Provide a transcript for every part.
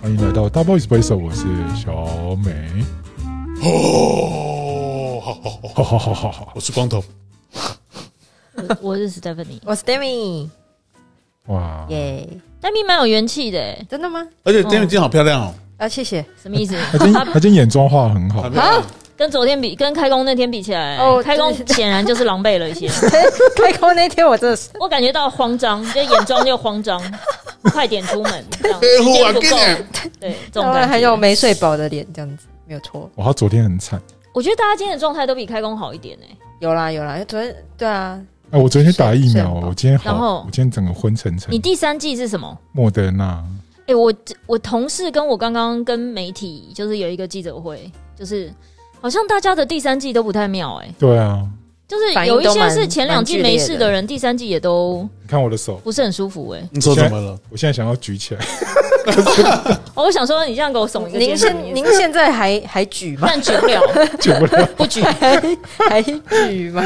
欢啊迎来到 Double Espresso，我是小美。 哦，好好好，好好好好好，我是光头。 我我是 Stephanie，我是 Demi，哇！耶但咪蛮有元气的欸，哎真的吗？而且 Demi 今天好漂亮哦，啊，谢 谢。什 么意思？他今他今眼妆画很好好，漂亮哦。跟昨天比，跟开工那天比起来，哦开工显然就是狼狈了一些。 开工那天我真的是，我感觉到慌张，就眼妆就 慌张，快点出门，这样哎时呼啊间不给你够。 对，这种当然感还有觉。没睡饱的脸，这样子没有错。哇，他昨天很惨。我觉得大家今天的状态都比开工好一点哎。有啦有啦，因为昨天对啊，哎，我昨天去打疫是苗，很棒我今天然好后，我今天整个昏沉沉你。第三季是什么？莫德纳，哎、我我同事跟我刚刚跟媒体就是有一个记者会，就是好像大家的第三季都不太妙哎、对啊，就是反应有一都些蛮是前两季蛮剧没烈事的的人，第三季也都你看我的手，不是很舒服哎、你说怎么了？我现在想要举起来。 哦，我想说你这样给我耸一个您肩什么现意思，您现在还 还举吗？但举不了， 举不了， 不举还还举吗？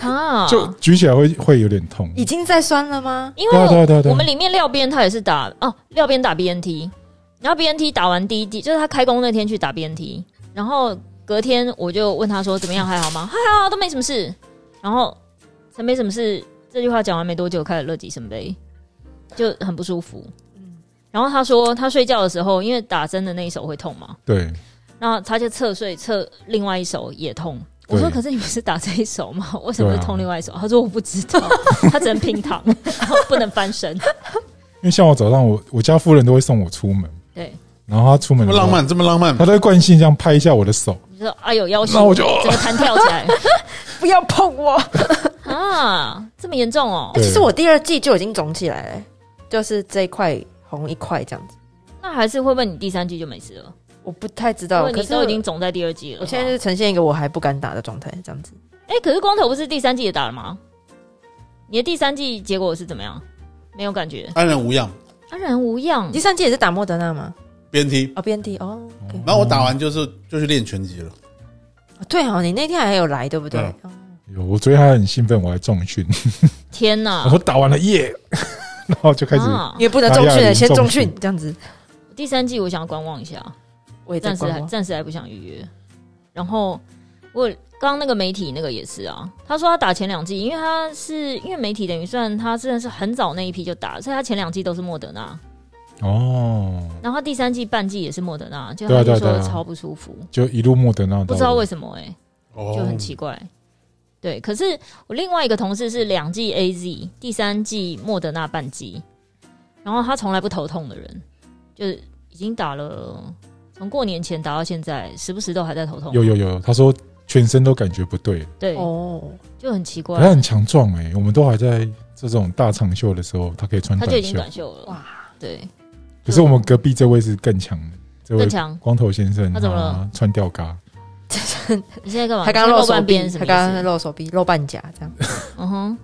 啊，就举起来会会有点痛。已经在酸了吗？因为对啊对啊对啊我对啊我们里面廖边他也是打哦，廖边打 BNT，然后 BNT 打完第一季，就是他开工那天去打 BNT，然后隔天我就问他说怎么样还好吗？还好啊，都没什么事。然后才没什么事这句话讲完没多久，开始乐极生悲，就很不舒服。嗯然后他说他睡觉的时候，因为打针的那一手会痛嘛，对，然后他就侧睡，侧另外一手也痛。我对说：“可是你不是打这一手吗？ 为什么对是啊痛另外一手？”他说：“我不知道， 他只能平躺， 然后不能翻身。因 为像我早上，我我家夫人都会送我出门，”对，然后她出门这的时么候浪，漫，这么浪漫她。都会惯性这样拍一下我的手，你说：“哎呦，腰那酸，我就整个弹跳起来 不要碰我！啊，这么严重哦？对 其实我第二季就已经肿起来了，就是这一块红一块这样子。那还是会不会你第三季就没事了？我不太知因道，为啊可你是都已经肿在第二季了。我现在就是呈现一个我还不敢打的状态，这样子。哎，可是光头不是第三季也打了吗？你的第三季结果是怎么样？没有感觉，安然无恙，安然无恙第。三季也是打莫德纳吗？边踢。哦，B N T 哦，OK，然后我打完就是就去练拳击了。对哦，你那天还有来对不对？哦有哎我昨天还很兴奋，我还重训，天我哪！说打完了耶，然后就开始啊因，为不能重哎训呀了，先重重训训这样子。第三季我想要观望一下。我也在暂时观还望。暂时还不想预约。然后我刚刚那个媒体那个也是啊，他说他打前两季，因为他是因为媒体等于算他真的是很早那一批就打，所以他前两季都是莫德纳，哦，然后他第三季半季也是莫德纳，就对啊他就对啊对说啊超不舒服，就一路莫德纳到，不知道为什么哎、哦就很奇怪。对，可是我另外一个同事是两季 A Z，第三季莫德纳半季，然后他从来不头痛的人，就是已经打了从过年前打到现在，时不时都还在头痛。有有有，他说全身都感觉不对，对，哦，就很奇可他怪，很强壮哎，我们都还在这种大长袖的时候，他可以穿他就已短袖，经短袖了。哇，对，可是我们隔壁这位是更强的，这位更强光头先生，他怎么了？穿吊嘎，你现在干嘛？他刚刚你露现在哦露手半臂边，什他么意刚刚思？露手臂，露半甲这样。嗯哼，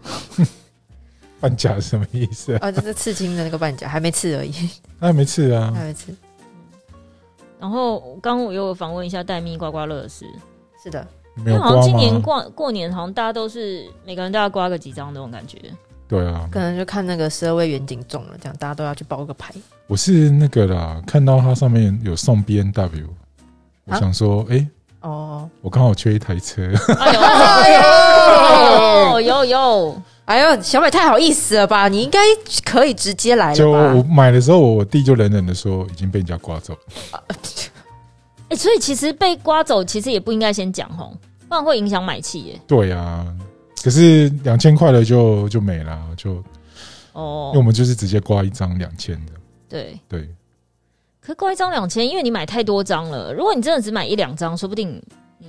半甲是什么意思啊？ 啊，这是刺青的那个半甲，还没刺而已，他还没吃啊哎还，没刺。然后我刚刚我有访问一下戴咪刮刮乐的事，是的，没因为有好像刮今年吗？过过年好像大家都是每个人都要刮个几张那 种感觉。对啊，可能就看那个十二位远景中了，这样大家都要去包个牌。我是那个啦，看到它上面有送 B N W，我啊想说，哎、哦，我刚好缺一台车，哎呦，有有有， 哎呦，小美太好意思了吧？你应该可以直接来就我了吧？买的时候，我弟就冷冷的说已经被人家刮走了。哎，所以其实被刮走其实也不应该先讲吼，不然会影响买气耶。对啊，可是两千块的就就没了，就因为我哦，们就是直接刮一张两千的，对，对，可刮一张两千，因为你买太多张了。如果你真的只买一两张，说不定你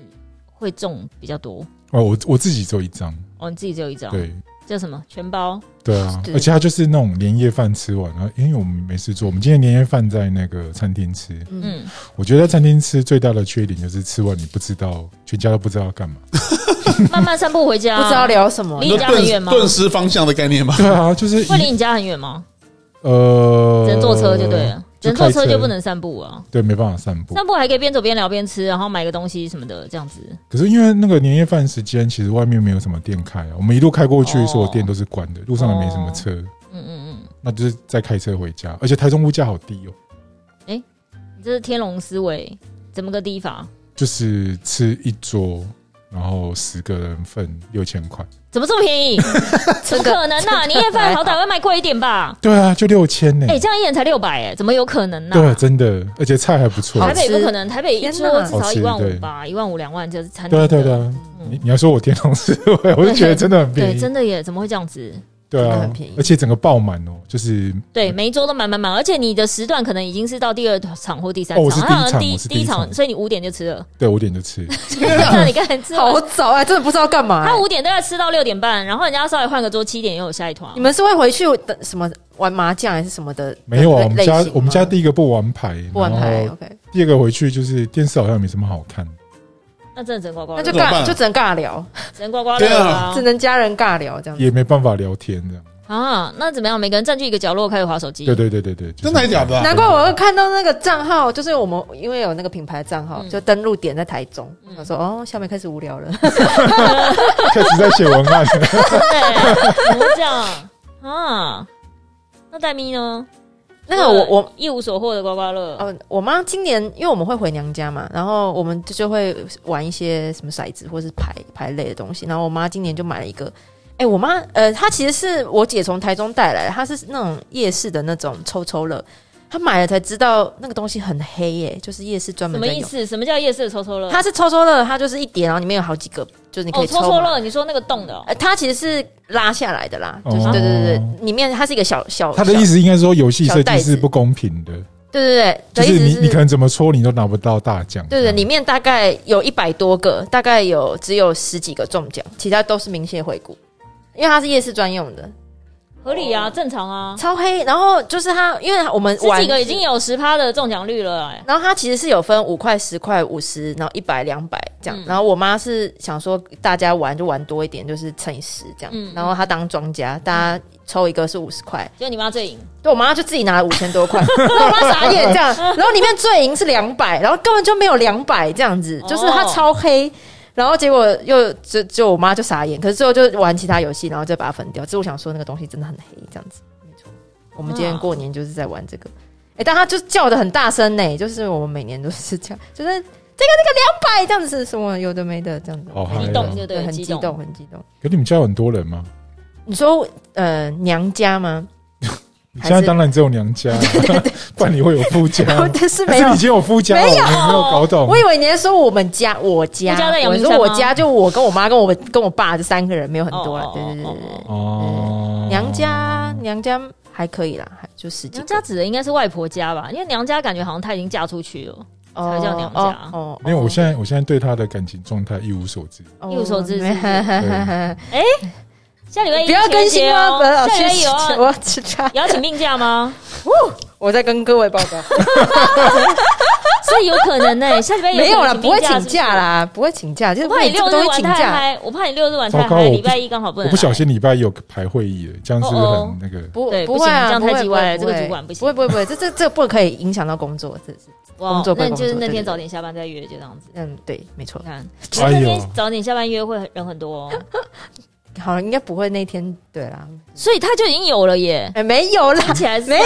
会中比较多。哦，我我自己只有一张，哦，你自己只有一张，对。叫什么全包？对啊，对而且他就是那种年夜饭吃完，然后因为我们没事做，我们今天年夜饭在那个餐厅吃。嗯，嗯，我觉得在餐厅吃最大的缺点就是吃完你不知道，全家都不知道要干嘛。 嗯慢慢散步 回家，不知道聊什么离你说家很顿远吗顿失方向的概念吗？对啊，就是会一离你家很远吗？呃，只能坐车就对了，只能坐车就不能散步啊。对，没办法散步。散步还可以边走边聊边吃，然后买个东西什么的，这样子。可是因为那个年夜饭时间，其实外面没有什么店开啊，我们一路开过去，哦所有店都是关的，路上也没什么车，嗯嗯嗯，那就是再开车回家。而且台中物价好低哦，诶你这是天龙思维，怎么个地法？就是吃一桌，然后十个人份六千块。怎么这么便宜？ 怎么可能啊呐、年夜饭好歹会卖贵一点吧？对啊，就六千呢哎、。这样一人才六百，哎，怎么有可能呢、对，啊真的，而且菜还不错。台啊好北不可能，台北一天桌哪至少好一吃万五对吧，一万五两万就是餐厅对啊，的。对啊对哦啊，你你要说我天龙思维， 我就觉得真的很便对，宜，真的耶，怎么会这样子？对真的啊很便宜，而且整个爆满哦，就是对，每一周都满满满，而且你的时段可能已经是到第二场或第三哦我场，是它好像第一场第我是第一第一场场，所以你五点就吃了。对五点就 吃，那你刚才吃完好早啊，真的不知道干嘛、他五点大概吃到六点半，然后人家稍微换个桌，七点又有下一团你。们是会回去等什么玩麻将还是什么的？没有啊，类我们家类型吗我们家第一个不玩牌，不玩牌哦然后，OK，第二个回去就是电视好像没什么好看，那真的只能呱那呱乐，就怎么尬办就只能尬聊，只能呱呱乐对啊啊只能家人尬聊这样子。也没办法聊天这样。啊！那怎么样？每个人占据一个角落开始划手机对，对对对对，就是真的还假的啊？难怪我会看到那个账号，就是我们因为有那个品牌账号，嗯就登录点在台中。嗯我说哦，下面开始无聊 了，开始在写文案，对，怎么会这样啊？那戴咪呢？那个我我一无所获的呱呱乐，呃，我妈今年因为我们会回娘家嘛，然后我们就就会玩一些什么骰子或是牌牌类的东西。然后我妈今年就买了一个，哎、我妈呃，她其实是我姐从台中带来的，她是那种夜市的那种抽抽乐。她买了才知道那个东西很黑耶、就是夜市专什门么在意用。思？什么叫夜市的抽抽乐？它是抽抽乐，它就是一叠，然后里面有好几个，就是你可嗯哦，以抽抽抽嘛乐，你说那个动的哦，呃，它其实是拉下来的啦，哦 就是对对对对，里面它是一个小小，他的意思，思应该说游戏设计是不公平的，对对就对，的是意你思你可能怎么搓你都拿不到大奖。对对，这样里面大概有一百多个，大概有只有十几个中奖，其他都是明谢回顾，因为它是夜市专用的，合理啊，正常啊。超黑。然后就是它，因为我们这玩几个已经有十趴的中奖率了，哎，然后它其实是有分五块、十块、五十，然后一百、两百这样。嗯然后我妈是想说大家玩就玩多一点，就是乘以十这样。嗯然后她当庄家，大家抽一个是五十块，就你妈最赢， 对我妈就自己拿了五千多块，然后我妈傻眼这 样，然后里面最赢是两百，然后根本就没有两百这样子哦，就是她超黑。然后结果又就就我妈就傻眼，可是最后就玩其他游戏，然后再把它分掉。只是我想说那个东西真的很黑，这样子没错。我们今年哇过年就是在玩这个，哎，但她就叫的很大声呢，就是我们每年都是这样，就是这个这个两百这样子，什么有的没的这样子，好嗨激哦动就对，哎对，很激激动。动，很激动。可你们家有很多人吗？ 你说呃娘家 吗？你还现在是当然只有娘家， 不然你会有夫家。但是还没是有你已，经有夫家了，没我们没有搞懂我。以为你在说我们家，我家，你家在阳我明山说吗我家就我跟我妈跟我跟我爸这三个人，没有很多哦了哦。对对对哦对哦哦对，哦，娘家娘家还可以啦，还就十几娘个家指的应该是外婆家吧，因为娘家感觉好像她已经嫁出去了，才叫娘家哦没有，我现在我现在对他的感情状态一无所 知。在一无所知哎是不是下礼拜一嗯不要更新吗吗？？本老下礼师拜哦 一有，啊我要要吃饭，也 要请病假吗？我在跟各位报 告，所以有可能 呢、下礼拜没有有啦，啦，不会请假。啦，不会请假，就是我怕你这六个日东西玩请太假，嗨，我怕你六日玩太糟糕嗨，我不礼拜一刚好不我能来。不小心礼拜一有排会议了，这样是不是哦哦很那个？不对不会啊，不行这样不会太叽歪了不会这个主管不行不会不会不会，这这这不可以影响到工作，这是哇工作归那工就作是那对天对早点下班再约，就这样子。嗯对，没错你。看，哎那呦天早点下班约会很人很多、哦，好了，应该不会那天对啦，所以他就已经有了耶。哎、没有啦看，起来是没有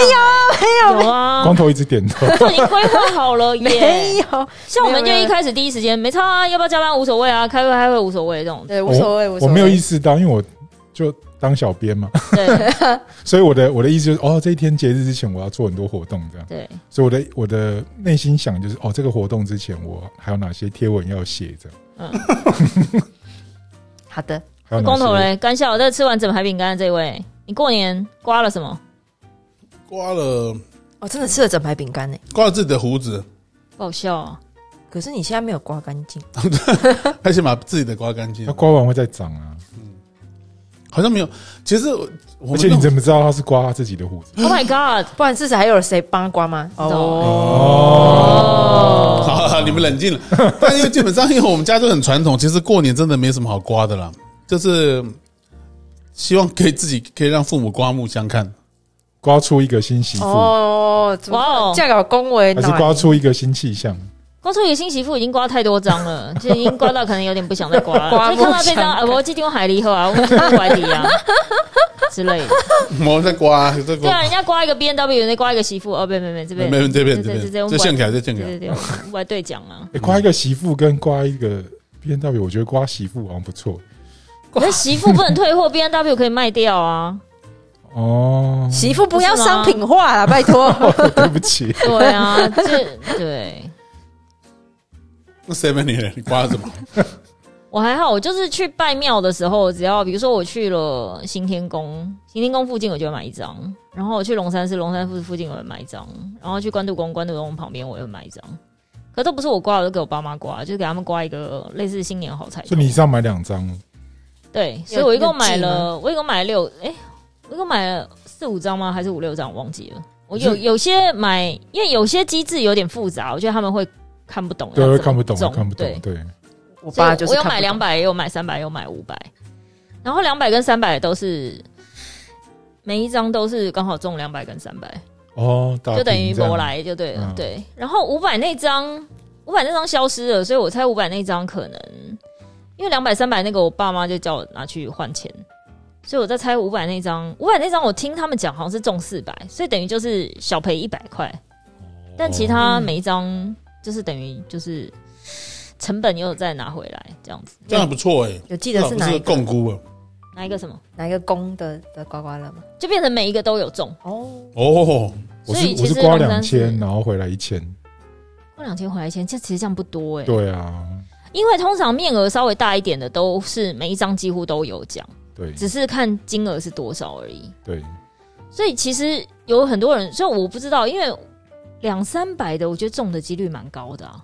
有啊光， 头一直点头，都已经规划好了耶。没有，像我们就没有没有一开始第一时间没差啊，要不要加班无所谓啊，开会开会无所谓这种。 对，无所谓，无哦我所我没谓，有意识到，因为我就当小编嘛， 对所以我的我的意思就是，哦，这一天节日之前我要做很多活动，这样，对，所以我的我的内心想就是，哦，这个活动之前我还有哪些贴文要写，这样，好的，还有哪光些头嘞，干笑，这吃完整排饼干的这位，你过年刮了什么？刮了我、哦真的吃了整排饼干呢。刮了自己的胡子，不好笑啊！可是你现在没有刮干净，还先把自己的刮干净那。刮完会再长啊，好像没有，其实我我而们且你弄怎么知道他是刮他自己的胡子？ Oh my god！不然至少还有谁帮他刮吗？哦，好好好你们冷静了。但因为基本上，因为我们家就很传统，其实过年真的没什么好刮的啦，就是希望可以自己可以让父母刮目相看。刮出一个新媳妇，哦，怎么哇哦嫁给恭维还呢？是刮出一个新气象？光说有新媳妇已经刮太多张了，就已经刮到可能有点不想再刮了。刮所以看目到这相张，看呃，我记丢海狸后啊，我不怀疑啊之类的。 我在刮，这对啊，个人家刮一个 B N W，人家刮一个媳妇，哦，没没没，这边没人这边这对对对边，我这们线条这线对条，对对，我来兑奖啊。欸刮一个媳妇跟刮一个 B N W，我觉得刮媳妇好像不错 那媳妇不能退货，B N W 可以卖掉啊。哦。 媳妇不要不是吗商品化啦，拜托。 对不起，对啊，这对那 seven 你呢你刮了什么？我还好，我就是去拜庙的时候，只要比如说我去了行天宫，行天宫附近我就会买一张，然后我去龙山寺，龙山寺附近我会买一张，然后去关渡宫，关渡宫旁边我也会买一张。可都不是我刮，我都给我爸妈刮，就给他们刮一个类似新年好彩头。所以你是要买两张对，所以我一共买了，我一共买了六，哎、我一共买了四五张吗？还是五六张？我忘记了。我有是有些买，因为有些机制有点复杂，我觉得他们会看不懂，对，会看不懂，中看不对懂，对，我所以爸就是我有看不买懂两，百，也有买三百，也有买五百，然后两百跟三百都是。每一张都是刚好中两百跟三百，哦，打就等于平这样博，来就对了。嗯对，然后五百那张，五百那张消失了，所以我猜五百那张可能因为两百三百那个我爸妈就叫我拿去换钱，所以我在猜五百那张，五百那张我听他们讲好像是中四百，所以等于就是小赔一百块，但其他每一张就是等于就是成本又再拿回来这样子。这样不错哎，有记至得少是不哪是一共个估啊了拿一个什么，哪一个公的的刮刮乐吗？就变成每一个都有中，哦，哦。我所以是其我实是刮龙山两千，寺然后回来一千，过两千回来钱，这其实这样不多哎、对啊，因为通常面额稍微大一点的都是每一张几乎都有奖，对只是看金额是多少而已。对，所以其实有很多人，所以我不知道，因为两三百的，我觉得中的几率蛮高的啊。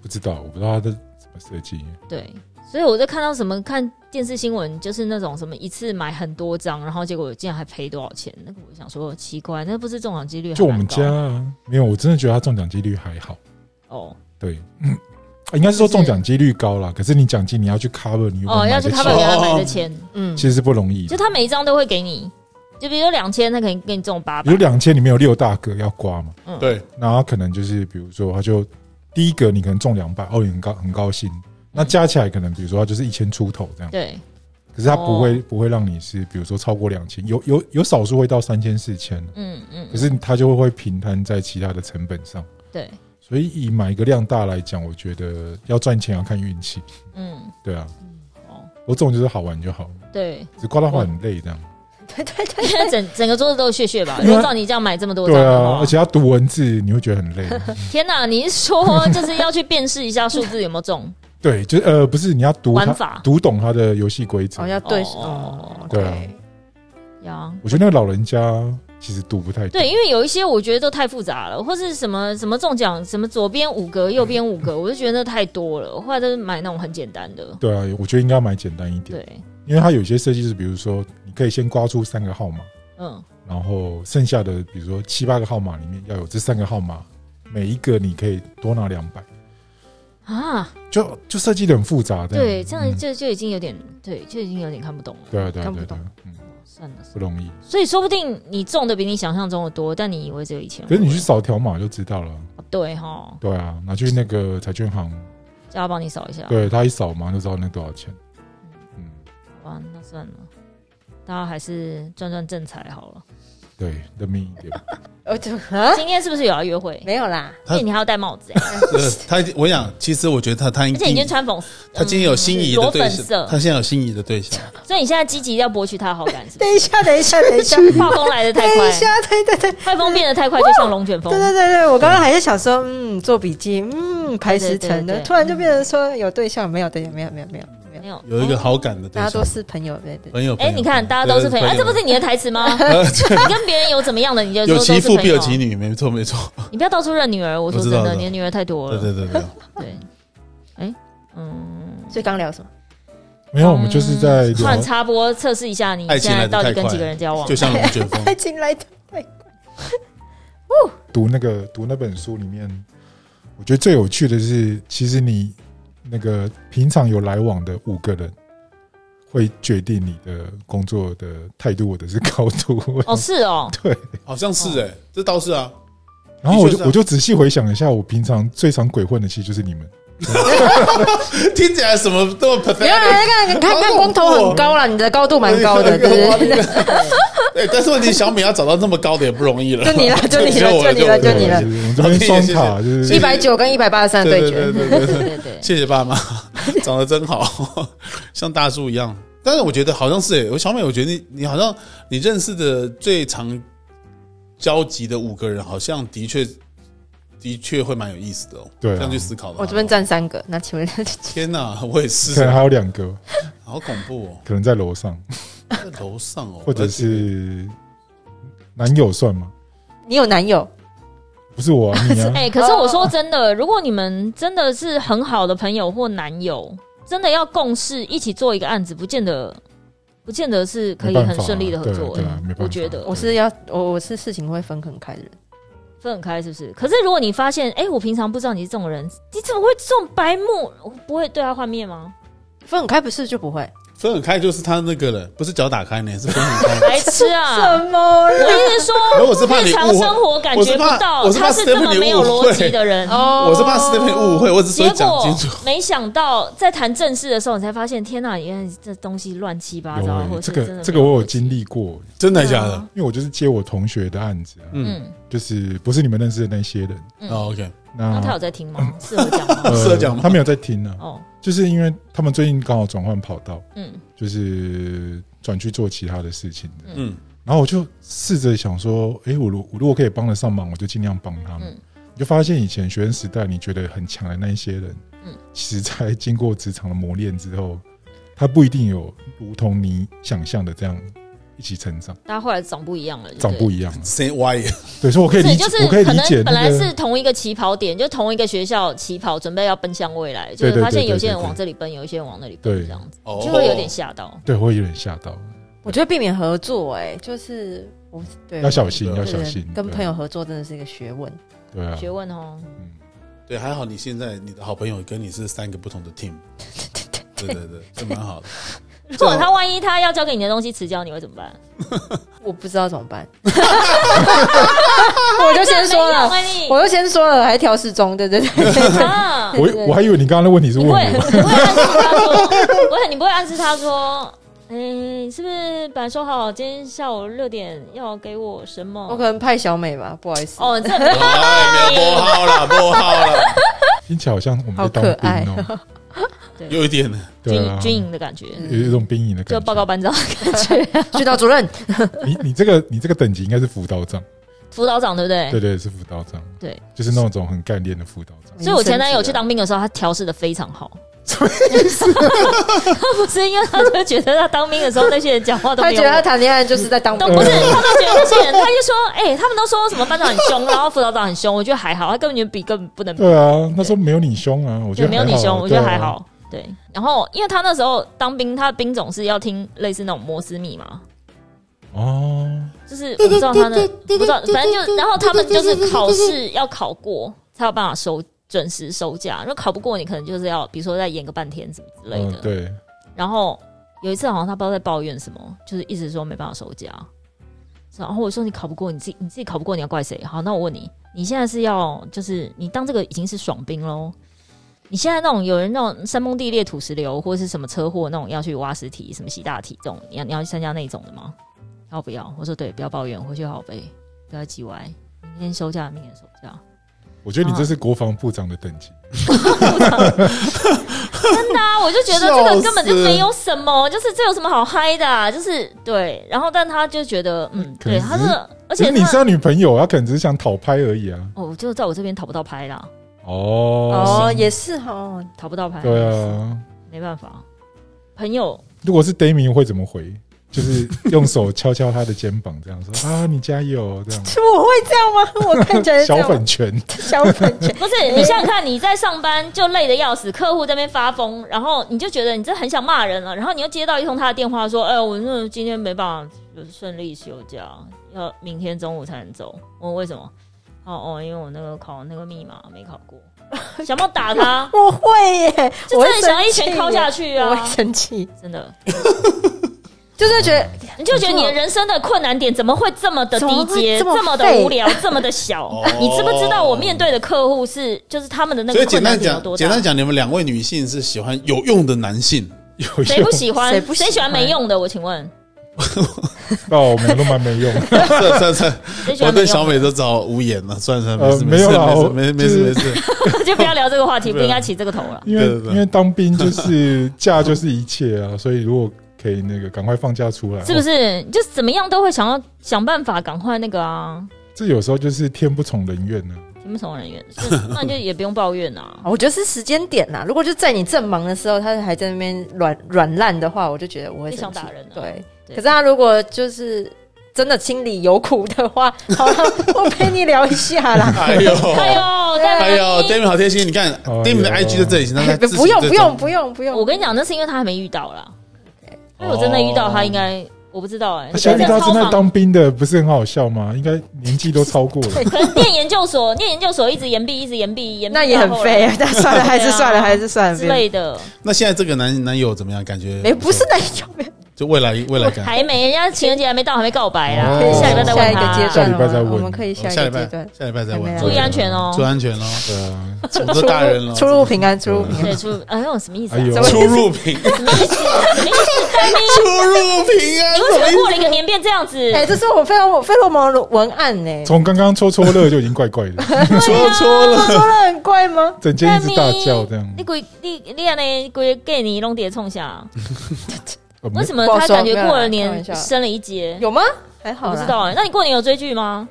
不知道，我不知道他的怎么设计，对，所以我在看到什么看电视新闻，就是那种什么一次买很多张，然后结果竟然还赔多少钱，那个我想说奇怪，那不是中奖几率还蛮高就我们家啊，没有，我真的觉得他中奖几率还好，哦对，应该是说就是中奖几率高啦，可是你奖金你要去 cover，你有没有哦，要买去得起 cover 给他买的钱，嗯，其实是不容易就，他每一张都会给你，就比如两千，他可能给你中八百有，两千里面有六大个要刮嘛，嗯对，然后可能就是比如说，他就第一个你可能中两百，哦，你很高很高兴，那加起来可能比如说他就是一千出头这样，对，可是他不哦会、不会让你是比如说超过两千，有有有少数会到三千四千，嗯嗯可，是他就会平摊在其他的成本上，对，所以以买一个量大来讲，我觉得要赚钱要看运气，嗯，对啊，哦，我这种就是好玩就好，对，只刮到话很累这样， 对对对，因为整整个桌子都是血血吧？因如为果照你这样买这么多张哎啊对的话，啊，而且要读文字你会觉得很累， 天哪！你是说就是要去辨识一下数字有没 有中？对，就是呃不是你要读玩它法读懂它的游戏规则哦，，要对哦哦，对啊 OK 呀，我觉得那个老人家其实读不太懂对，因为有一些我觉得都太复杂了，或是什么什么中奖，什么左边五格，右边五嗯格，我就觉得那太多了。我后来都是买那种很简单的。对啊，我觉得应该买简单一点，对，因为它有些设计是，比如说你可以先刮出三个号码，嗯，然后剩下的比如说七八个号码里面要有这三个号码，每一个你可以多拿两百，啊，就就设计的很复杂的。对，这样嗯就就已经有点，对，就已经有点看不懂了。对啊对啊看不对啊对懂啊，嗯，算了，不容易。所以说不定你中的比你想象中的多，但你以为只有一千。哦可是你去扫条码就知道了，对哈，对啊，拿去那个彩券行，叫他帮你扫一下。对他一扫嘛就知道那多少钱。嗯，好吧，那算了，大家还是赚赚正财好了。对，认命一点。哦，就啊，今天是不是有要约会？没有啦，而且你还要戴帽 子、欸，呃，他已经我想，其实我觉得他他已而且你今天经穿粉色，他今天有心仪的裸对粉象，色哦他现在有心仪的对象，所以你现在积极要博取他好感，是不 等一下，等一下，等一 下，是？画风来的太等一快，下，对对对，对快风变得太快，就像龙卷风对。对对，我刚刚还在想说，嗯，做笔记，嗯，排时辰对对的，对突然就变成说有对象没有对象，没有没有没有没有，没有哦有一个好感的对大家象都，是朋友，对对，对朋友。哎，朋友你看，大家都是朋友，哎，这不是你的台词 吗？你跟别人有怎么样的，你就说呃有都其是父必有朋其友女，没错没错，你不要到处认女儿，我说我知真道的，知道你的女儿太多对了。对对对，对，哎，嗯，所以刚聊什么？没有，我们就是在突聊，然嗯插播测试一下，你爱情现在来到得太底跟快几个人交了，往就？像龙卷 风爱情来的太读那个读那本书里面，我觉得最有趣的是，其实你那个平常有来往的五个人，会决定你的工作的态度或者是高度。 哦，是哦，对欸好像是哎，这倒是啊， 然后我的确是就啊我就仔细回想一下，我平常最常鬼混的其实就是你们。听起来什么都 p a t 没有人看看看看光头很高啦，你的高度蛮 高的，对不对？对，但是问题小米要找到这么高的也不容易了。就你啦就你啦只有我就你啦只有我就你了对就是我们这边双卡就谢一是谢百九跟一百八啊十三的对对对决，对 对对对。对对。谢谢爸妈， 长得真好， 像大叔一样。但是我觉得好像是、欸，我小美，我觉得你你好像你认识的最常交集的五个人，好像的确的确会蛮有意思的哦。对啊这样去思考的话，哦我这边占三个，那请问 天哪，我也是可，能还有两个，好恐怖哦，可能在楼上，在楼上哦，或者是男友算吗？你有男友？不是 我、啊，你啊，哎、可是我说真的，如果你们真的是很好的朋友或男友，真的要共事一起做一个案子，不见得，不见得是可以没办很法啊顺利的合作、哎对啊对啊没办法我觉得对我是要我我是事情会分很开的人，分很开是不是？可是如果你发现，哎、我平常不知道你是这种人，你怎么会这种白目？我不会对他幻 灭吗？分很开不是就不会。分很开就是他那个了，不是脚打开呢，是分很开。 白痴 啊！么我一直说可是我是怕你日常误会生，活感觉不到，我是怕他我是是怕这么 Stephanie 没有逻辑的人。哦我是怕 Stephen 误会，我只是结说讲果清楚。没想到在谈正事的时候，你才发现，天哪，原来这东西乱七八有糟欸，啊或这是个这个我有经历过，真的真假的？？因为我就是接我同学的案子啊、嗯，嗯，就是不是你们认识的那些人。嗯哦，OK，那他那有在听吗？适合讲 吗？呃适合讲吗他没有在听呢、哦，就是因为他们最近刚好转换跑道，嗯，就是转去做其他的事情。嗯，然后我就试着想说，诶，我如我如果可以帮得上忙，我就尽量帮他们。嗯你就发现以前学生时代你觉得很强的那一些人，嗯其实在经过职场的磨练之后，他不一定有如同你想象的这样一起成长，大家后来长不一样了，长不样。一样了。啊谁歪？对，所以我可以所理以解，就是我可以可理能解、那个。本来是同一个起跑点，就同一个学校起跑，准备要奔向未来，就对是对发对现有对些人对往对这里奔，有一些人往那里奔，对这样子哦就会有点吓到。对，我有点吓到，我觉得避免合作，哎，就是我对要小心，对要对小心。跟对啊朋友合作真的是一个学 问。对啊，学问哦，嗯，对，还好你现在你的好朋友跟你是三个不同的 team，对对对，这蛮好的。啊如果他万一他要交给你的东西迟交，你会怎么办？我不知道怎么办， 我就先说 了，了，我就先说了，还调适中，对对对，啊，对对我我还以为你刚刚的问题是你问不会，你我，不会暗示他说，不会，啊你不会暗示他说，哎、是不是本来说好今天下午六点要给我什么？我可能派小美吧，不好意思。哦哦，这很哎，没有拨号了，拨号了， 听起来好像我们在好当可爱兵哦，有一点军对啊，军营的感觉，有一种兵营的就感报觉。告班长，训导主任，你你这个你这个等级应该是辅导长， 辅导长对不对？对对，是辅导长，哎对，嗯就是那种很干练的辅导长。所以我前男友去当兵的时候，他调试的非常好。 他不是因为他就觉得他当兵的时候那些人讲话都他没有觉我得他谈恋爱就是在当都 兵，不是，他都觉得那些人，他就说，哎、他们都说什么班长很凶，然后辅导长很凶，我觉得还好，他根本就比根本不能比，对啊，那时候没有你凶啊，我觉对，得没有还你好啊凶，我觉得对啊还好。对，然后因为他那时候当兵，他的兵种是要听类似那种摩斯密码，哦。就是我不知道他的，不知道，反正就然后他们就是考试要考过才有办法收准时收假，如果考不过，你可能就是要比如说再延个半天什么之类嗯的。，对，然后有一次好像他不知道在抱怨什么，就是一直说没办法收假。然后我说你考不过，你自己你自己考不过，你要怪谁？好，那我问你，你现在是要就是你当这个已经是爽兵喽？你现在那种有人那种山崩地裂、土石流或者是什么车祸那种要去挖尸体、什么洗大体这种，你要你要去参加那种的吗？要不要？我说对，不要抱怨，回去好好背，不要叽歪，明天休假，明天休假。我觉得你这是国防部长的等级，啊，我就觉 得这个根本就没有什么，就是这有什么好嗨的、啊？就是对，然后但他就觉得，嗯，可能对，只他是这个，而其实且你是他他女朋友，她可能只是想讨拍而已啊。哦，就在我这边讨不到拍啦，哦，哦，也是哦，讨不到拍，对，啊，没办法，朋友如果是 d a m i 会怎么回？就是用手敲敲他的肩膀，这样说啊，你加油，这样 我会这样吗？我看起来哎是这小样吗粉拳，小粉 卷，不是你想想看，你在上班就累得要死，客户在那边发疯，然后你就觉得你真的很想骂人了，然后你又接到一通他的电话说，哎，我那今天没办法就是顺利休假，要明天中午才能走。我问为什么？哦哦，因为我那个考那个密码没考过， 想要打他。我会耶，就我真会的想要一生气拳耶敲下去我啊会！生气。真的，就是觉得你就觉得你的人生的困难点怎么会这么的低阶，怎么会这么这么的废无聊， 这么的小哦？你知不知道我面对的客户是就是他们的那所个以简困难单点有讲，多简大单？讲，你们两位女性是喜欢有用的男 性，有谁用不喜欢谁？不喜谁喜欢欢没用的？我请问，哦，没有那么没用。这这这，谁喜我欢没对小用美都找无言了，算了算呃了，没没事有啦我没事没事没事没事没事，的？就不要 聊这个话 题，对啊不应该起这个头了。因为对对对因为当兵就是假就是一切啊， 所以如果可以那个赶快放假出来，是不？是？就怎么样都会想要想办法赶快那个啊，哦这有时候就是天不从人愿呢、啊什么什么人员，是 那你就也不用抱怨啊。我觉得是时间点呐、如果就在你正忙的时候，他还在那边软软烂的话，我就觉得我会你想生气打人啊对，对可是他如果就是真的心里有苦的话，好了，我陪你聊一下啦。哎呦 哎呦，哎戴呦安妮，Damien 好贴心，你看哎呦 Damien 的 IG 在这里，那哎他自己不用在不用不用不用，我跟你讲，那是因为他还没遇到啦。哦因为我真的遇到他，应该我不知道哎、他现在遇到正在当兵的，不是很好笑吗？应该年纪都超过了，可能念研究所， 念研究所一直延毕，一直延毕，延毕那也很到后来废啊，但算了，还是算了，还是算了，之类的，那现在这个男男友怎么样？感觉哎没不是那种没有就未来未来感，还没，人家情人节还没到，还没告白啦，啊哦可以下礼拜再下问一个阶他。下段礼拜了再吗，问我们可以下哦下一礼个阶拜段，下礼拜再还没问，啊注意安全哦注意安全哦，对啊，我们都大人了，出入平安，出入平对，安。出哎呦什么意思、啊？哎呦什，出 入平么意思？什么意思？丹妮，出入平安你为什么过了一个年变这样子？哎，这是我费洛菲洛蒙的文案呢，从刚刚戳戳乐就已经怪怪 的，啊说错了，说的很怪吗？整间一直大叫这样你。鬼你你安尼鬼 gay 你弄碟冲下，嗯呃没为什么不好他说感觉没有啦过了开年玩笑升了一阶？有吗？还好我啦，不知道哎、那你过年有追剧吗？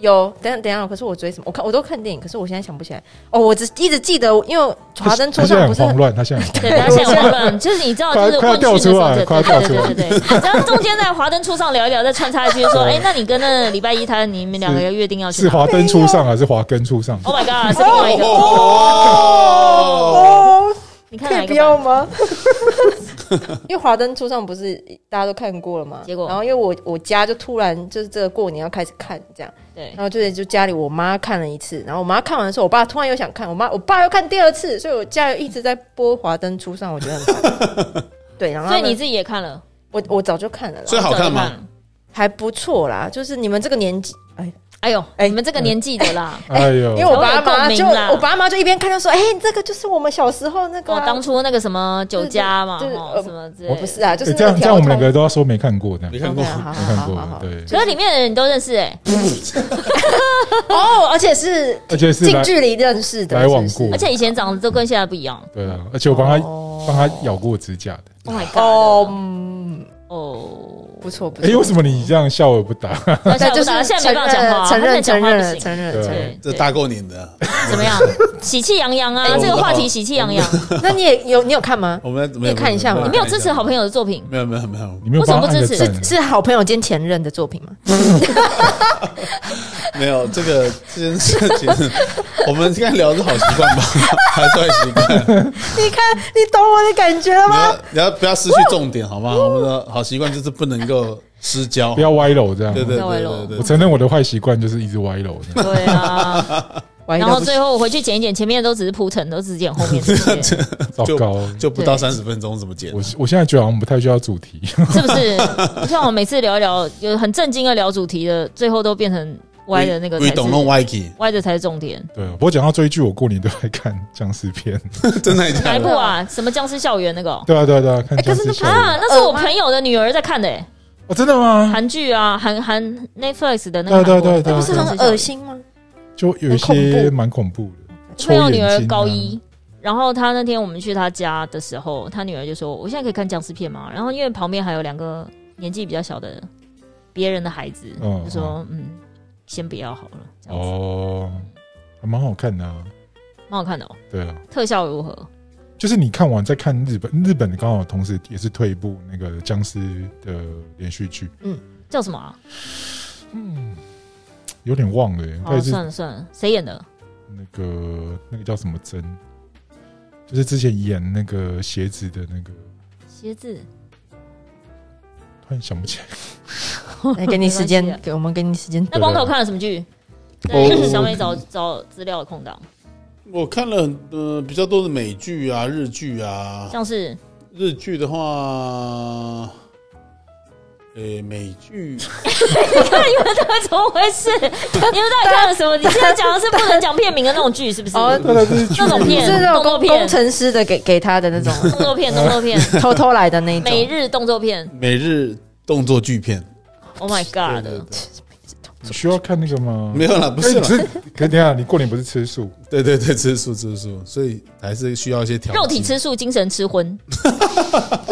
有，等一下等一下，可是我追什么？我看我都看电影，可是我现在想不起来。哦，我只一直记得，因为华灯初他现在上不很是慌乱，他现在很对，慌大乱家现在混乱，就是你知道，就是快问快讯的时候，对快对掉出来对对对对，然后中间在华灯初上聊一聊，再穿插一句 说，哎，那你跟那礼拜一他你们两个约定要 去是哪华灯初上还是华根初哦上？ ？Oh my god，是另外一个，哦，哦，你看可哪以一不个要版本？吗？ 因为华灯初上不是大家都看过了嘛，结果然后因为我我家就突然就是这个过年要开始看这样，对然，后就是就家里我妈看了一次，然后我妈看完的时候，我爸突然又想看，我妈我爸又看第二次，所以我家一直在播华灯初上，我觉得很烦。 对，然后所他以们你自己也看了，我我早就看了啦所，以好看吗？？还不错啦，就是你们这个年纪，哎，哎呦，哎你们这个年纪的 啦，哎呦，因为我爸妈才会有就共鸣啦我爸妈就一边看就说：“哎、这个就是我们小时候那个哦啊、，当初那个什么酒家嘛，就是哦呃什么之类的我不是啊，就是哎那这样这条样，我们通两个都要说没看过这样没，没看过对，啊好好看好过好好，对，可是里面的人你都认识嗯哎，哦，而且是而且是近来距离认识的，来往是不是过而且以前长得都跟现在不一样。对啊，而且我帮他哦帮他咬过指甲的。 Oh my god！哦，嗯，哦，不错不错。哎，为什么你这样笑而不答？那现在就不是打现在没办法承讲话，认承认他现在讲承话不认行承认对承对认。，这对大过年的，怎 么样？喜气洋洋啊！哎这个我话题喜气洋洋。那你也有你有看吗？我们可以看一下吗你没有支持好朋友的作 品，没有没有没有你没有帮他按个为什么赞？啊是好朋友兼前任的作 品吗？没有这个这件事 情，我们现在聊的好习惯吧， 还算习 惯。你看，你懂我的感觉了你啊吗？要你要不要失去重点好吗？我们的好习惯就是不能够失焦不，要歪楼这样。啊对对不要歪楼对对我对，承认我的坏习惯就是一直歪楼这样。对啊。完了 然后最后我回去剪一剪，前面都只是铺陈，都只剪后面 这些，是糟糕，就不到三十分钟怎么剪？我我现在觉得好像不太需要主题， 不是？不像我每次聊一聊，就很震惊的聊主题的，最后都变成歪的那个才你懂弄是歪 key， 歪的才是重点。对。啊不过讲到追剧，我过年都在看僵尸片， 真的假哪一部的？啊？什么僵尸校园那个哦？对啊对啊对啊，看哎僵可是尸那小子啊，那是我朋友的女儿在看的欸，哦，真的吗？韩剧啊，韩韩 Netflix 的那对啊对啊个韩国对啊的，对啊，不是对啊很恶心 吗？就有一些蛮恐怖的。我朋友女戳眼儿睛啊高一，然后她那天我们去她家的时候，她女儿就说：“我现在可以看僵尸片吗？”然后因为旁边还有两个年纪比较小的别人的孩子，嗯就说：“嗯，先不要好了，这样子哦，还蛮好看的啊。蛮好看的哦。对啊，特效如何？就是你看完再看日本，日本刚好同时也是退一部那个僵尸的连续剧，叫什么、啊？有点忘哦了耶，应好、该是算了算了，谁演的？那个那个叫什么真，就是之前演那个鞋子的那个，鞋子突然想不 起来。来，哎给你时 没关间系，啊给我们给你时 间。那光头看了什么剧？哦我对，小美找找资料的空档，我看了很呃比较多的美剧啊、日剧啊，像是日剧的话，呃，美剧 怎么回事？你们到底看了什么？你现在讲的是不能讲片名的那种剧，是不是？哦动对了， 啊这是剧那种片是那种动作工片工程师的给给他的那种作片，动作片，偷偷来的那一每种。日动作片。每日动作剧片， Oh my 对 god！对你需要看那个吗？对没有啦，不可是哎是你啦，是，可是等一下你过年不是吃素？对对对，吃素吃素，所以还是需要一些调剂肉体吃素，精神吃荤。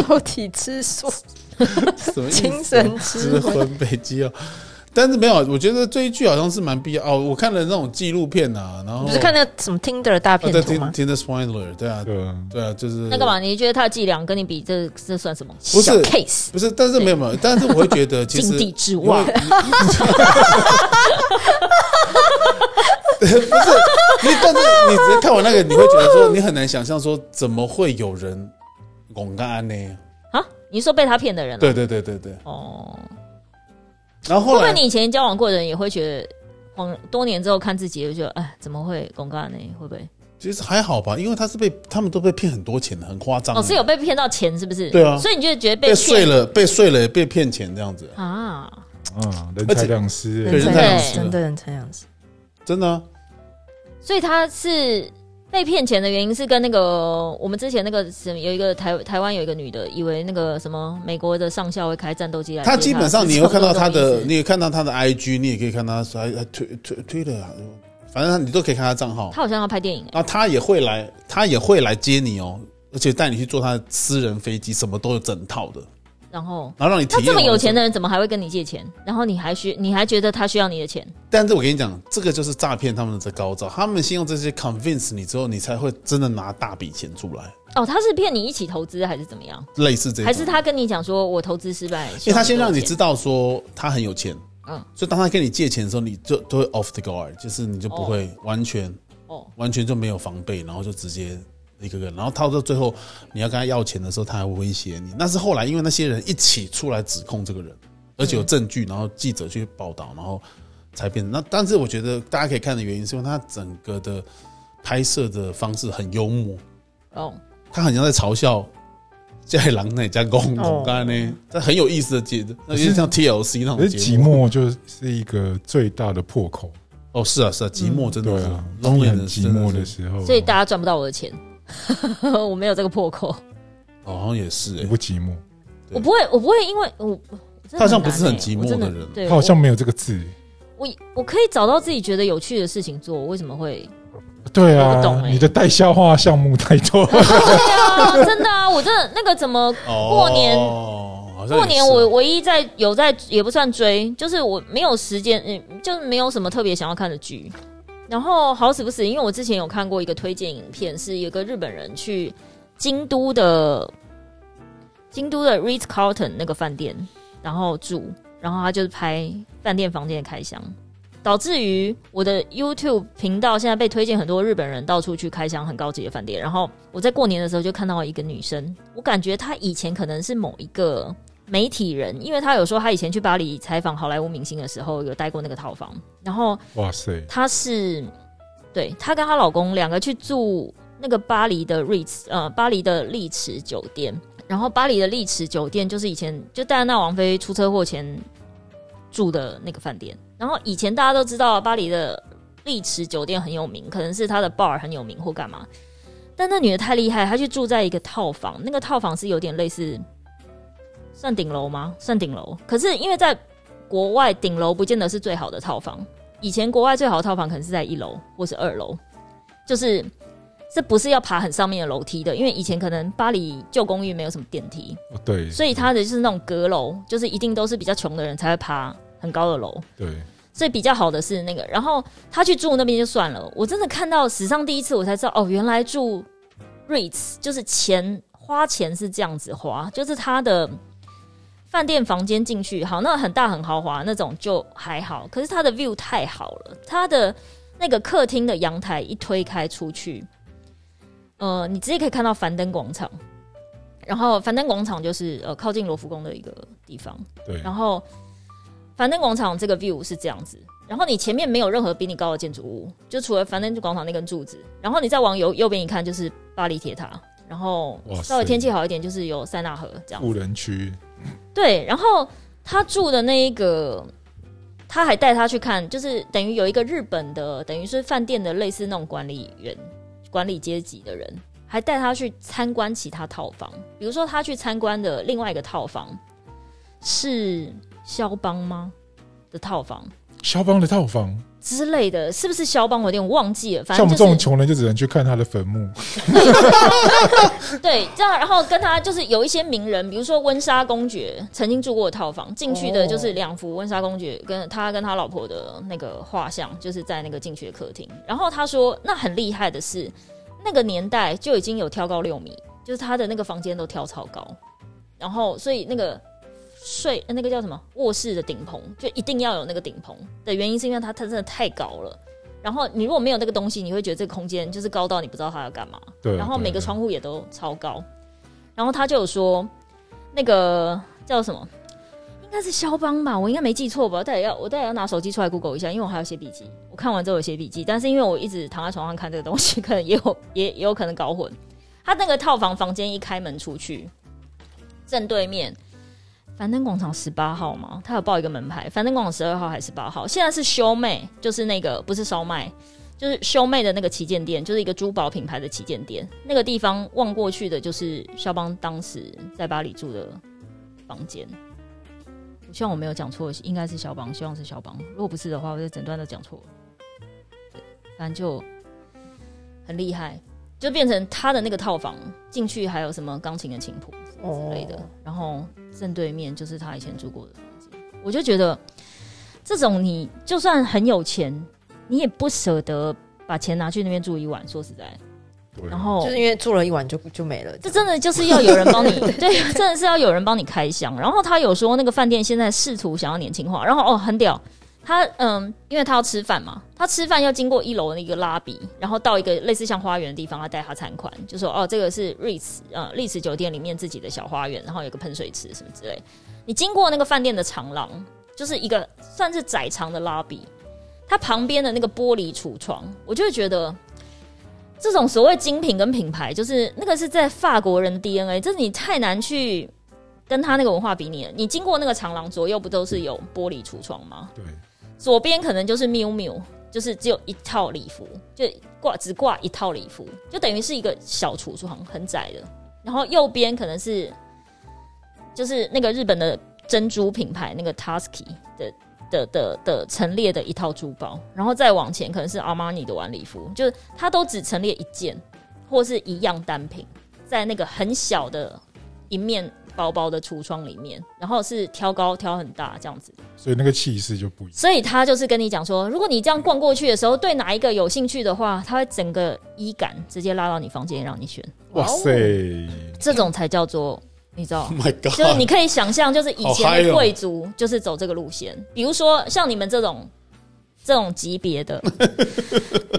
肉体吃素，什么意思精神吃吃荤。荤北极哦。但是没有，我觉得追剧好像是蛮必要哦。我看了那种纪录片啊，然后不是看那个什么 Tinder 大啊片对图听吗？听的 spoiler，对啊，对啊，对啊，就是那干嘛？？你觉得他的伎俩跟你比，这这算什么？不是小 case，不是，但是没有没有，但是我会觉 得其境实地之外因。为 不是你，但是你直接看完那个，你会觉得说你很难想象说怎么会有人拱干呢？啊，你说被他骗的人、啊？对对对对对。哦，然后会不后会来你以前交往过的人也会觉得，往多年之后看自己，就觉得哎，怎么会广告呢？会不会？其实还好吧，因为他是被他们都被骗很多钱的，很夸张的。哦，是有被骗到钱是不是？对啊所以你就觉得被被睡骗了，被睡了，被骗钱这样子，啊？嗯，人而财且两失对欸，人才次真的真两的人才两次，真的啊、所以他是被骗钱的原因是跟那个我们之前那个什么有一个台台湾有一个女的，以为那个什么美国的上校会开战斗机来接她，他基本上你会看到他是这种的，意思你也看到他的 IG，你也可以看到他还还推推推的，反正你都可以看他账号他。好像要拍电影、欸，然后他也会来，他也会来接你哦，而且带你去坐他的私人飞机，什么都有整套的，然后。然后让你体他验。这么有钱的，人，怎么还会跟你借钱？然后你还需你还觉得他需要你的钱？但是我跟你讲，这个就是诈骗他们的高招，他们先用这些 convince 你之后，你才会真的拿大笔钱出来，哦，他是骗你一起投资还是怎么样？类似这种。还是他跟你讲说我投资失败，因为他先希望让你给我知道说他很有钱，嗯嗯，所以当他跟你借钱的时候，你就都会 off the guard，就是你就不会完全、钱哦，完全就没有防备，然后就直接一个个，然后他到最后你要跟他要钱的时候，他还会威胁你。那是后来因为那些人一起出来指控这个人，而且有证据，然后记者去报道，然后才变成那。但是我觉得大家可以看的原因是因为他整个的拍摄的方式很幽默，哦，他很像在嘲笑。在狼那家公哦公干呢？这很有意思的节，那有点像 TLC 那可种是寂节目。寞就是一个最大的破口。哦，是啊，是啊，寂寞真的对是啊，当你 loneliness 很寂真寞是的时候，所以大家赚不到我的钱， 我没有这个破口，哦，好像也是你哎，不寂寞，对我不会，我不会，因为我他好像不是很寂寞欸我真的的人对，他好像没有这个字。我我我可以找到自己觉得有趣的事情做，我为什么会？ 对我不懂啊，欸你的代销化项目太多。 对啊，真的啊，我真的那个怎么哦，过年好像也是哦过年我唯一在有在也不算追，就是我没有时间，嗯，就是没有什么特别想要看的剧。然后好死不死，因为我之前有看过一个推荐影片，是有个日本人去京都的京都的 Ritz Carlton 那个饭店，然后住，然后他就是拍饭店房间的开箱，导致于我的 YouTube 频道现在被推荐很多日本人到处去开箱很高级的饭店。然后我在过年的时候就看到一个女生，我感觉她以前可能是某一个媒体人，因为她有说她以前去巴黎采访好莱坞明星的时候有待过那个套房，然后哇塞，她是对她跟她老公两个去住那个巴黎的 Ritz，呃，巴黎的丽池酒店。然后巴黎的丽池酒店就是以前就戴安娜王妃出车祸前住的那个饭店。然后以前大家都知道巴黎的丽池酒店很有名，可能是它的 bar 很有名或干嘛。但那女的太厉害，她去住在一个套房，那个套房是有点类似算顶楼吗？算顶楼。可是因为在国外，顶楼不见得是最好的套房。以前国外最好的套房可能是在一楼或是二楼，就是这不是要爬很上面的楼梯的，因为以前可能巴黎旧公寓没有什么电梯，哦对，所以它的就是那种阁楼，就是一定都是比较穷的人才会爬很高的楼。对所以比较好的是那个，然后他去住那边就算了。我真的看到史上第一次，我才知道哦，原来住 Ritz 就是钱花钱是这样子花，就是他的饭店房间进去，好，那很大很豪华那种就还好，可是他的 view 太好了，他的那个客厅的阳台一推开出去，呃，你直接可以看到樊登广场，然后樊登广场就是呃靠近罗浮宫的一个地方。对然后樊登广场这个 view 是这样子，然后你前面没有任何比你高的建筑物，就除了樊登广场那根柱子，然后你再往右右边一看就是巴黎铁塔，然后哇塞稍微天气好一点就是有塞纳河这样。富人区对，然后他住的那一个，他还带他去看，就是等于有一个日本的，等于是饭店的类似那种管理员、管理阶级的人，还带他去参观其他套房。比如说，他去参观的另外一个套房是肖邦吗的套房肖邦的套房，之类的，是不是肖邦？我有点忘记了。反像我们正就这种是穷人就只能去看他的坟墓。对，这样，然后跟他就是有一些名人，比如说温莎公爵曾经住过的套房，进去的就是两幅温莎公爵跟他跟他老婆的那个画像，就是在那个进去的客厅。然后他说，那很厉害的是，那个年代就已经有挑高六米，就是他的那个房间都挑超高，然后所以那个。睡那个叫什么卧室的顶棚，就一定要有那个顶棚的原因，是因为它它真的太高了。然后你如果没有那个东西，你会觉得这个空间就是高到你不知道它要干嘛。对，然后对每个对窗户也都超高。然后他就有说，那个叫什么，应该是肖邦吧，我应该没记错吧？我待会要我待会要拿手机出来 Google 一下，因为我还要写笔记。我看完之后有写笔记，但是因为我一直躺在床上看这个东西，可能也有也也有可能搞混。他那个套房房间一开门出去，正对面。樊登广场十八号嘛，他有报一个门牌，樊登广场十二号还是八号？现在是修妹，就是那个不是烧麦，就是修妹的那个旗舰店，就是一个珠宝品牌的旗舰店。那个地方望过去的就是肖邦当时在巴黎住的房间。我希望我没有讲错，应该是肖邦，希望是肖邦。如果不是的话，我就整段都讲错了。对，反正就很厉害，就变成他的那个套房进去还有什么钢琴的琴谱之类的，然后正对面就是他以前住过的房间。我就觉得这种你就算很有钱，你也不舍得把钱拿去那边住一晚。说实在，对啊然后就是因为住了一晚就就没了。这真的就是要有人帮你， 对，真的是要有人帮你开箱。然后他有说那个饭店现在试图想要年轻化，然后哦很屌，他嗯，因为他要吃饭嘛，他吃饭要经过一楼的那个拉比，然后到一个类似像花园的地方，他带他参观，就说哦这个是瑞士呃丽池酒店里面自己的小花园，然后有个喷水池什么之类。你经过那个饭店的长廊，就是一个算是窄长的拉比，它旁边的那个玻璃橱窗，我就会觉得。这种所谓精品跟品牌，就是那个是在法国人的 DNA，这你太难去跟他那个文化比拟了。你经过那个长廊，左右不都是有玻璃橱窗吗？对，左边可能就是 miu miu，就是只有一套礼服，就挂只挂一套礼服，就等于是一个小橱窗，很窄的。然后右边可能是就是那个日本的珍珠品牌那个 Tusky 的的的的陈列的一套珠宝，然后再往前可能是阿玛尼的晚礼服，就是它都只陈列一件或是一样单品，在那个很小的一面薄薄的橱窗里面，然后是挑高挑很大这样子。所以那个气势就不一样。所以他就是跟你讲说，如果你这样逛过去的时候，对哪一个有兴趣的话，他会整个衣杆直接拉到你房间让你选，哇塞，这种才叫做你知道 Oh。my 就是你 god！可以想象，就是以好嗨前的哦贵族就是走这个路线，比如说像你们这种这种级别的，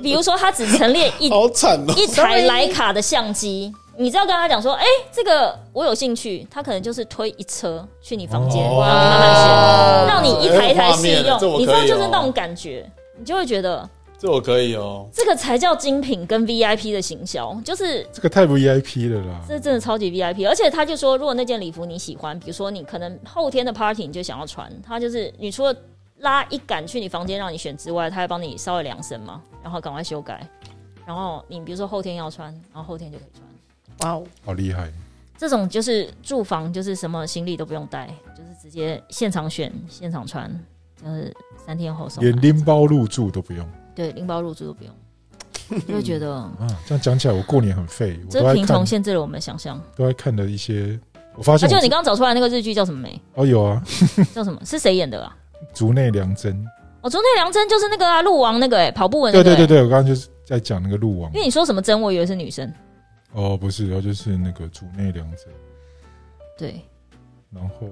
比如说他只陈列一好惨哦！一台徕卡的相机，你只要跟他讲说，哎、这个我有兴趣，他可能就是推一车去你房间，哦然后慢慢选，让你一台一台哎有试画面了这用，我你知可道以就是哦那种感觉，你就会觉得这我可以哦。这个才叫精品跟 VIP 的行销，就是这个太 VIP 了啦！这真的超级 VIP，而且他就说，如果那件礼服你喜欢，比如说你可能后天的 party 你就想要穿，他就是你除了拉一杆去你房间让你选之外，他还帮你稍微量身嘛，然后赶快修改，然后你比如说后天要穿，然后后天就可以穿。哇哦，好厉害，这种就是住房，就是什么行李都不用带，就是直接现场选、现场穿，就是三天后送来。连拎包入住都不用对拎包入住都不 用，就会觉得啊！这样讲起来，我过年很废，我都这在贫看穷，限制了我们的想象。都在看的一些。我发啊，现就我你刚刚找出来那个日剧叫什 么没？哦有啊，叫什么？是谁演的啊？竹内良真，哦，竹内良真就是那个啊，鹿王那个哎、跑步文、那对个对欸对。对，我刚刚就是在讲那个鹿王因，为你说什么真，我以为是女生。哦不是，然后就是那个竹内良真，对，然后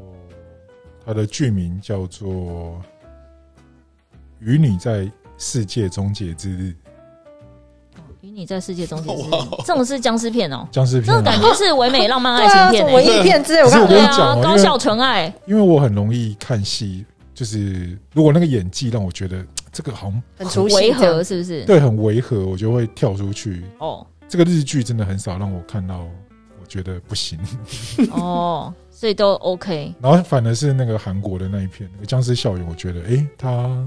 它的剧名叫做《与你在世界终结之日》，与你在世界 中间是哇哦这种是僵尸片哦、僵尸片这啊、种感觉是唯美浪漫 对爱情啊，片什么欸、文艺片之类，我可看是我跟你对讲啊，哦高因为校纯爱，因为我很容易看戏，就是如果那个演技让我觉得这个好像很出戏违这样和是不是？对很违和，我就会跳出去。哦这个日剧真的很少让我看到我觉得不行，哦，所以都 OK。 然后反而是那个韩国的那一片那个僵尸校园，我觉得诶，他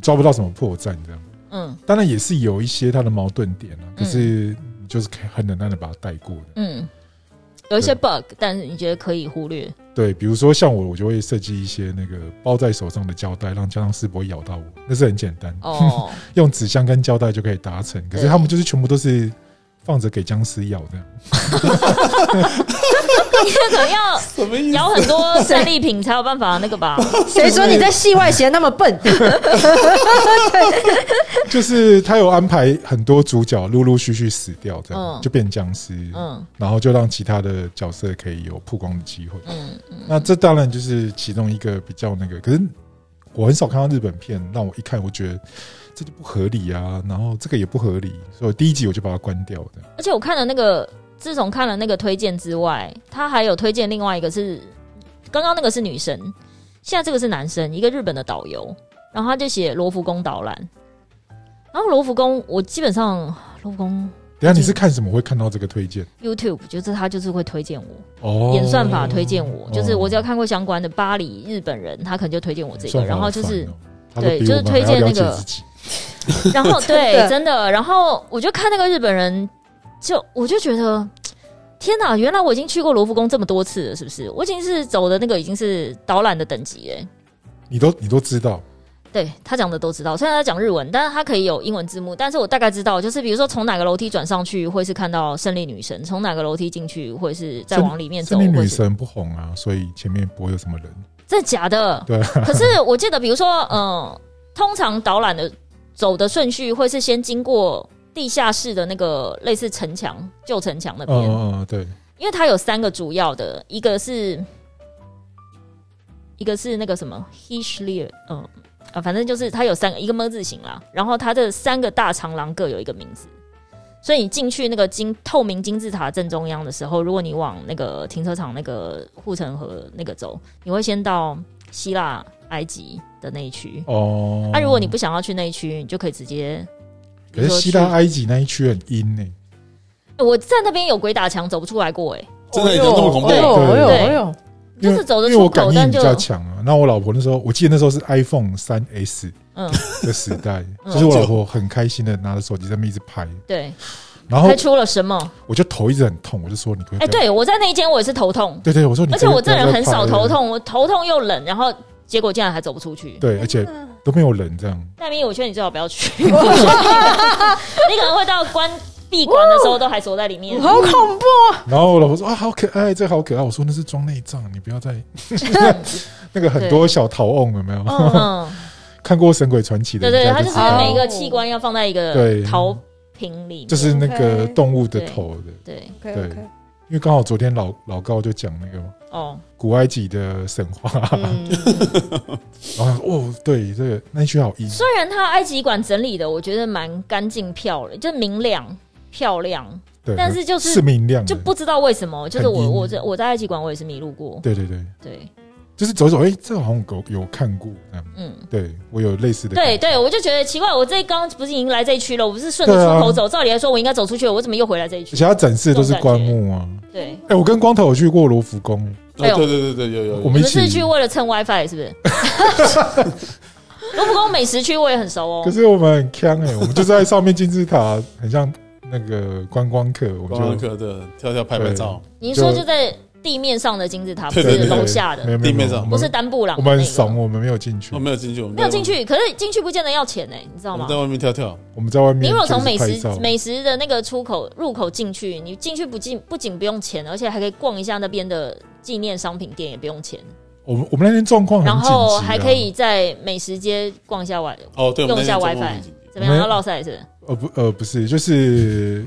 抓不到什么破绽这样。嗯当然也是有一些他的矛盾点啊，可是你就是可以很能让的把它带过的。嗯，有一些对 bug，但是你觉得可以忽略。对，比如说像我，我就会设计一些那个包在手上的胶带，让僵尸不会咬到我，那是很简单， 哦，用纸箱跟胶带就可以达成。可是对他们就是全部都是放着给僵尸咬这样。这可能要什么意思？咬很多战利品才有办法那个 吧？谁说你在戏外写得那么笨？就是他有安排很多主角陆陆续续死掉，这样、嗯就变僵尸，嗯然后就让其他的角色可以有曝光的机会。嗯那这当然就是其中一个比较那个，可是我很少看到日本片，让我一看我觉得这就不合理啊，然后这个也不合理，所以我第一集我就把它关掉的。而且我看了那个，自从看了那个推荐之外，他还有推荐另外一个是，刚刚那个是女生，现在这个是男生，一个日本的导游，然后他就写罗浮宫导览。然后罗浮宫，我基本上罗浮宫等一下你是看什么会看到这个推荐？ YouTube 就是他就是会推荐我，哦，演算法推荐我，就是我只要哦看过相关的巴黎日本人，他可能就推荐我这算法个，然后好就是烦哦他都对比就我是们推还要荐了那解个自己 然后对的，真的，然后我就看那个日本人，就我就觉得，天哪！原来我已经去过罗浮宫这么多次了，是不是？我已经是走的那个已经是导览的等级哎。你都你都知道，对他讲的都知道，虽然他讲日文，但是他可以有英文字幕，但是我大概知道，就是比如说从哪个楼梯转上去会是看到胜利女神，从哪个楼梯进去会是再胜往里面走，胜利会女是神不红啊，所以前面不会有什么人。真的假的？对 可是我记得，比如说，嗯、通常导览的走的顺序会是先经过地下室的那个类似城墙、旧城墙那边，嗯嗯，对，因为它有三个主要的，一个是一个是那个什么 h i s h l e 嗯啊，反正就是它有三个，一个么字形啦，然后它的三个大长廊各有一个名字。所以你进去那个金透明金字塔正中央的时候，如果你往那个停车场那个护城河那个走，你会先到希腊、埃及的那一区。啊哦。那、如果你不想要去那一区，你就可以直接。比可如是说希去腊、埃及那一区很阴呢、我在那边有鬼打墙，走不出来过哎、欸真的有这么恐怖哎呦哎呦对哎呦！因为就是走得因为我出口感应但比就较强啊。那我老婆那时候，我记得那时候是 iPhone 三 S 嗯，的时代， 嗯就是我老婆很开心的拿着手机在那边一直拍，对， 然后开出了什么？我就头一直很痛，我就说你可不可哎、以不要对我在那一间我也是头痛，对对，我说你而可不可且以我这不要人再很拍少了头，痛，我头痛又冷，然后结果竟然还走不出去。对，而且都没有人这样。戴明，我劝你最好不要去， 你可能会到关闭馆的时候都还锁在里面。好恐怖！然后我老婆说啊，好可爱，这个好可爱。我说那是装内脏，你不要 再 那个很多小桃瓮有没有？嗯， 嗯看过《神鬼传奇》的对应对，该它就知就是道，每个器官要放在一个对陶瓶里面，就是那个 OK 动物的对头的，对对因为刚好昨天老老高就讲那个嘛。哦，古埃及的神话，嗯，然后哦，对，这个那一区好阴，虽然它埃及馆整理的我觉得蛮干净漂亮，就明亮漂亮，对，但是就是是明亮的，就不知道为什么，就是很我阴我在我在埃及馆我也是迷路过，对对对，对，就是走一走，哎、这个好像有有看过，这样，嗯。对我有类似的感对觉，对，我就觉得奇怪，我这刚刚不是已经来这一区了，我不是顺着对啊出口走，照理来说我应该走出去了，我怎么又回来这一而区？且它展示的都是棺木啊，对，哎、我跟光头有去过罗浮宫，哎呦哦对对对对，有有我有。们你一们是起去，为了蹭 WiFi 是 不是？罗浮宫美食区我也很熟可哦，是我们很强哎、我们就在上面金字塔，很像那个观光客，我观光们就客的跳跳拍拍照，您说就就在地面上的金字塔，不对对是对楼下没的，有没有地面上我们不是丹布朗我的们那很个，怂，我们没有进去我，哦没有进去，我们没有在进，去，可是进去不见得要钱哎，你知道我吗们在？外面跳跳。我们在外面你如果就是从美拍食照美食的那个出口入口进去，你进去不进不仅不用钱，而且还可以逛一下那边的纪念商品店，也不用钱。我们我们那天状况很然紧急啊后还可以在美食街逛一下玩，哦，对，我用们一下在那 WiFi 边怎么样？没要落赛是不是？呃不呃不是，就是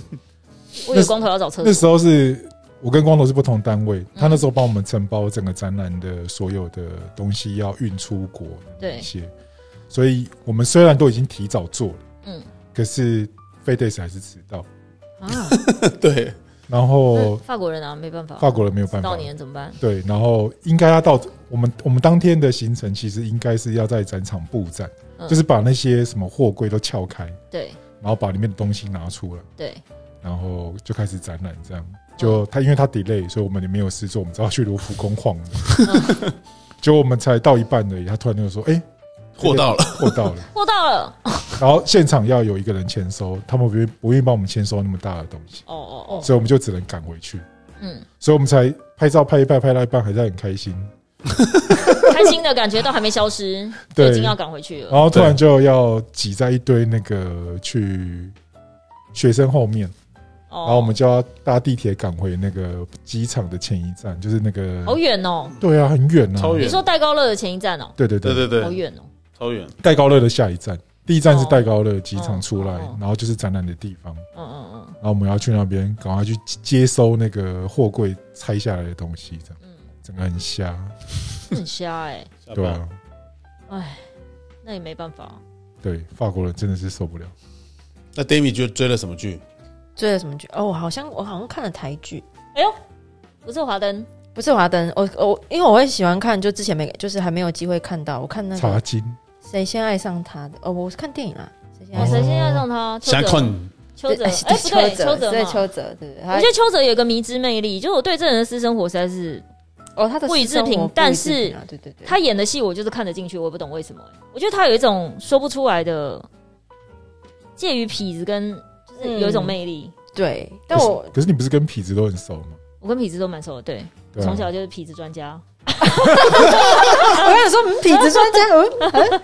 我以为光头要找厕那所。时候是我跟光头是不同单嗯位，他那时候帮我们承包整个展览的所有的东西要运出国对一，些，所以我们虽然都已经提早做了，嗯可是 FedEx 还是迟到，啊， 对，然那后法国人啊，没办法，哦法国人没有办到法，年怎么办？对，然后应该要到我们我们当天的行程其实应该是要在展场布展，嗯就是把那些什么货柜都撬开，对然后把里面的东西拿出来。对，然后就开始展览，这样就他因为他 delay，所以我们也没有事做，我们只好去卢浮宫 晃。结果我们才到一半而已，他突然就说：“哎、货到了，货到了。货到了，”然后现场要有一个人签收，他们不愿不愿意帮我们签收那么大的东西，哦哦哦，所以我们就只能赶回去。嗯，所以我们才拍照拍一半，拍到一半还在很开心。开心的感觉都还没消失，就对哦已经要赶回去了。然后突然就要挤在一堆那个去学生后面，然后我哦，们就要搭地铁赶回那个机场的前一站，就是那个好远哦，对啊，很远啊，超远你说戴高乐的前一站哦，对对对对对好对，远哦，超远，戴高乐的下一站，第一站是哦戴高乐机场出来，哦哦哦然后就是展览的地方，嗯嗯嗯然后我们要去那边赶快去接收那个货柜拆下来的东西，这样嗯，整个很瞎，很瞎哎，下对班啊，哎，那也没办法，对，法国人真的是受不了。那 d a m i 就追了什么剧？追了什么剧？哦，我好像我好像看了台剧，不是华灯，不是华灯，我我因为我会喜欢看，就之前没就是还没有机会看到，我看那茶个金，谁先爱上他的，哦，我是看电影啦，谁先爱哇哦上谁先爱上他？想邱看泽，对邱邱泽，哎，不对，邱泽泽对嘛。邱泽，对不对？我他觉得邱泽有一个迷之魅力，就是我对这人的私生活实在是，哦，他的不予置评私生活不予但置评啊对对对，他演的戏我就是看得进去，我也不懂为什么、欸我觉得他有一种说不出来的，介于痞子跟就是有一种嗯魅力。对，但我 可是可是你不是跟痞子都很熟吗？我跟痞子都蛮熟的，对，对啊从小就是痞子专家。我想说，嗯，痞子专家，嗯，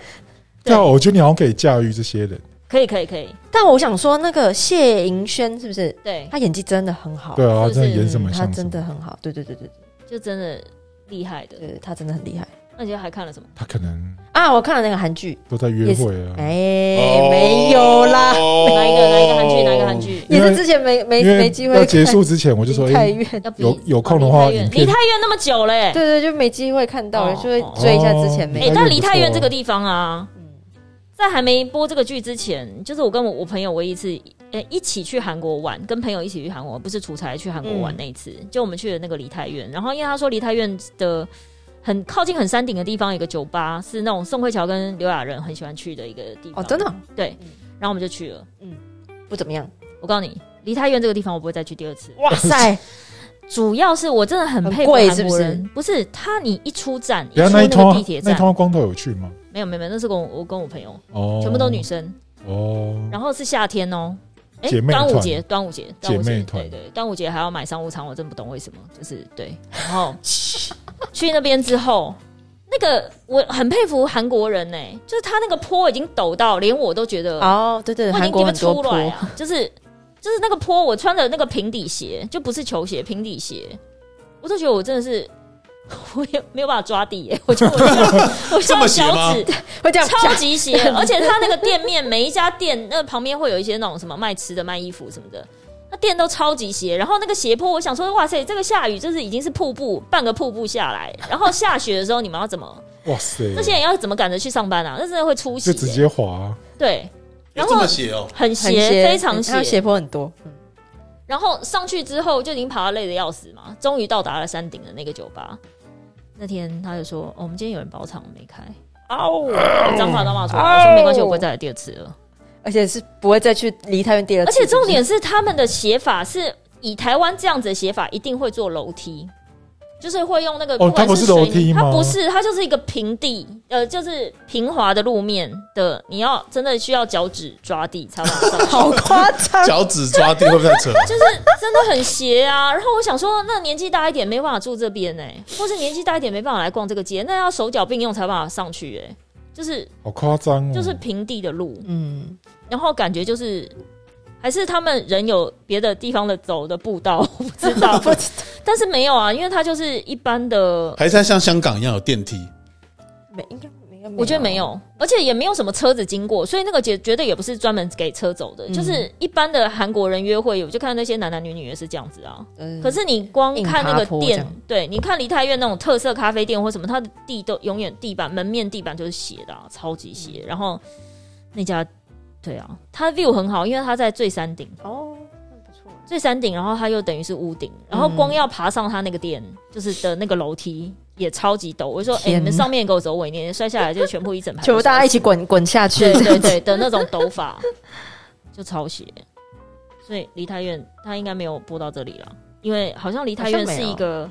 对啊，我觉得你好像可以驾驭这些人。可以，可以，可以，但我想说，那个谢盈萱是不是对，他演技真的很好？对啊，哦是不真是的演什么他像什真的么。很好，对对对对就真的厉害的。对对，他真的很厉害那你觉得还看了什么？他可能啊！我看了那个韩剧，都在约会啊。哎，哦没有啦，哪哪一个？哪一个韩剧？哪一个韩？剧？也因为是之前没没因为没机会要看结束之前，我就说，离太哎，远，要比有有空的话哦离太远影离片太远那么久嘞、欸。对对，就没机会看到，哦就会追一下之前哦没哎、离太远但不离太远错这个地方啊，嗯在还没播这个剧之前，就是我跟我我朋友唯一一次，呃、一起去韩国玩，跟朋友一起去韩国，不是出差去韩国玩嗯那一次，就我们去了那个梨泰院，然后因为他说梨泰院的很靠近很山顶的地方有一个酒吧，是那种宋慧乔跟刘亚仁很喜欢去的一个地哦，方，真的哦对嗯，然后我们就去了。不怎么样。我告诉你，梨泰院这个地方我不会再去第二次。哇塞，主要是我真的很佩服很贵韩国人，是不是他，你一出站，一等出一下那一啊那个地通铁那一站，通光头有去吗？没有没有没有，那是跟我我跟我朋友，哦，全部都女生。哦，然后是夏天哦，哎姐妹端午团节，端午节，姐妹端午节团对对，端午节还要买商务舱，我真不懂为什么，就是对。然后 去那边之后，那个我很佩服韩国人呢、就是他那个坡已经陡到连我都觉 得，哦，对对，我已韩经国给他很多出坡来，啊，就是就是那个坡，我穿的那个平底鞋，就不是球鞋，平底鞋，我都觉得我真的是。 我也没有办法抓地耶、我觉得我像 我这像么斜小吗指，会这样 超级斜，而且它那个店面每一家店，那旁边会有一些那种什么卖吃的、卖衣服什么的，那店都超级斜。然后那个斜坡，我想说，哇塞，这个下雨就是已经是瀑布，半个瀑布下来，然后下雪的时候你们要 怎么？哇塞，那些人要怎么赶着去上班啊？那真的会出就血、直接滑啊，对，有然后这么写哦，很很斜，非常它斜斜。坡很多，嗯然后上去之后就已经爬到累得要死嘛，终于到达了山顶的那个酒吧。那天他就说：“哦，我们今天有人包场 没开，哦，脏话都骂出来了。”我说：“没关系，我不会再来第二次了。”而且是不会再去离太远第二次，而且重点是他们的写法是以台湾这样子的写法，一定会做楼梯，就是会用那个哦它不是楼梯吗它不是，它就是一个平地，呃，就是平滑的路面的，你要真的需要脚趾抓地才往上 去，好 夸 张，脚趾抓地会不会太扯？啊就是真的很斜啊。然后我想说，那年纪大一点没办法住这边哎、或是年纪大一点没办法来逛这个街，那要手脚并用才办法上去哎、就是好夸张哦，就是平地的路，嗯，然后感觉就是还是他们人有别的地方的走的步道， 我不知 道，不知道但是没有啊，因为它就是一般的，还是它像香港一样有电梯？没啊应该应该我觉得没，有，而且也没有什么车子经过，所以那个绝绝对也不是专门给车走的，嗯就是一般的韩国人约会，我就看那些男男女女也是这样子啊。嗯可是你光看那硬个爬坡这店样，对，你看梨泰院那种特色咖啡店或什么，它的地都永远地板门面地板就是斜的、啊，超级嗯斜。然后那家，对啊，它 view 很好，因为它在最山顶。哦，那不错最山顶，然后它又等于是屋顶，然后光要爬上它那个店，就是的那个楼梯也超级陡。我就说，哎、天哪你们上面给我走稳一点，摔下来就全部一整排，全部大家一起滚滚下去，对对对的那种陡法，就超斜。所以梨泰院它应该没有播到这里了，因为好像梨好泰像院没是有一个嗯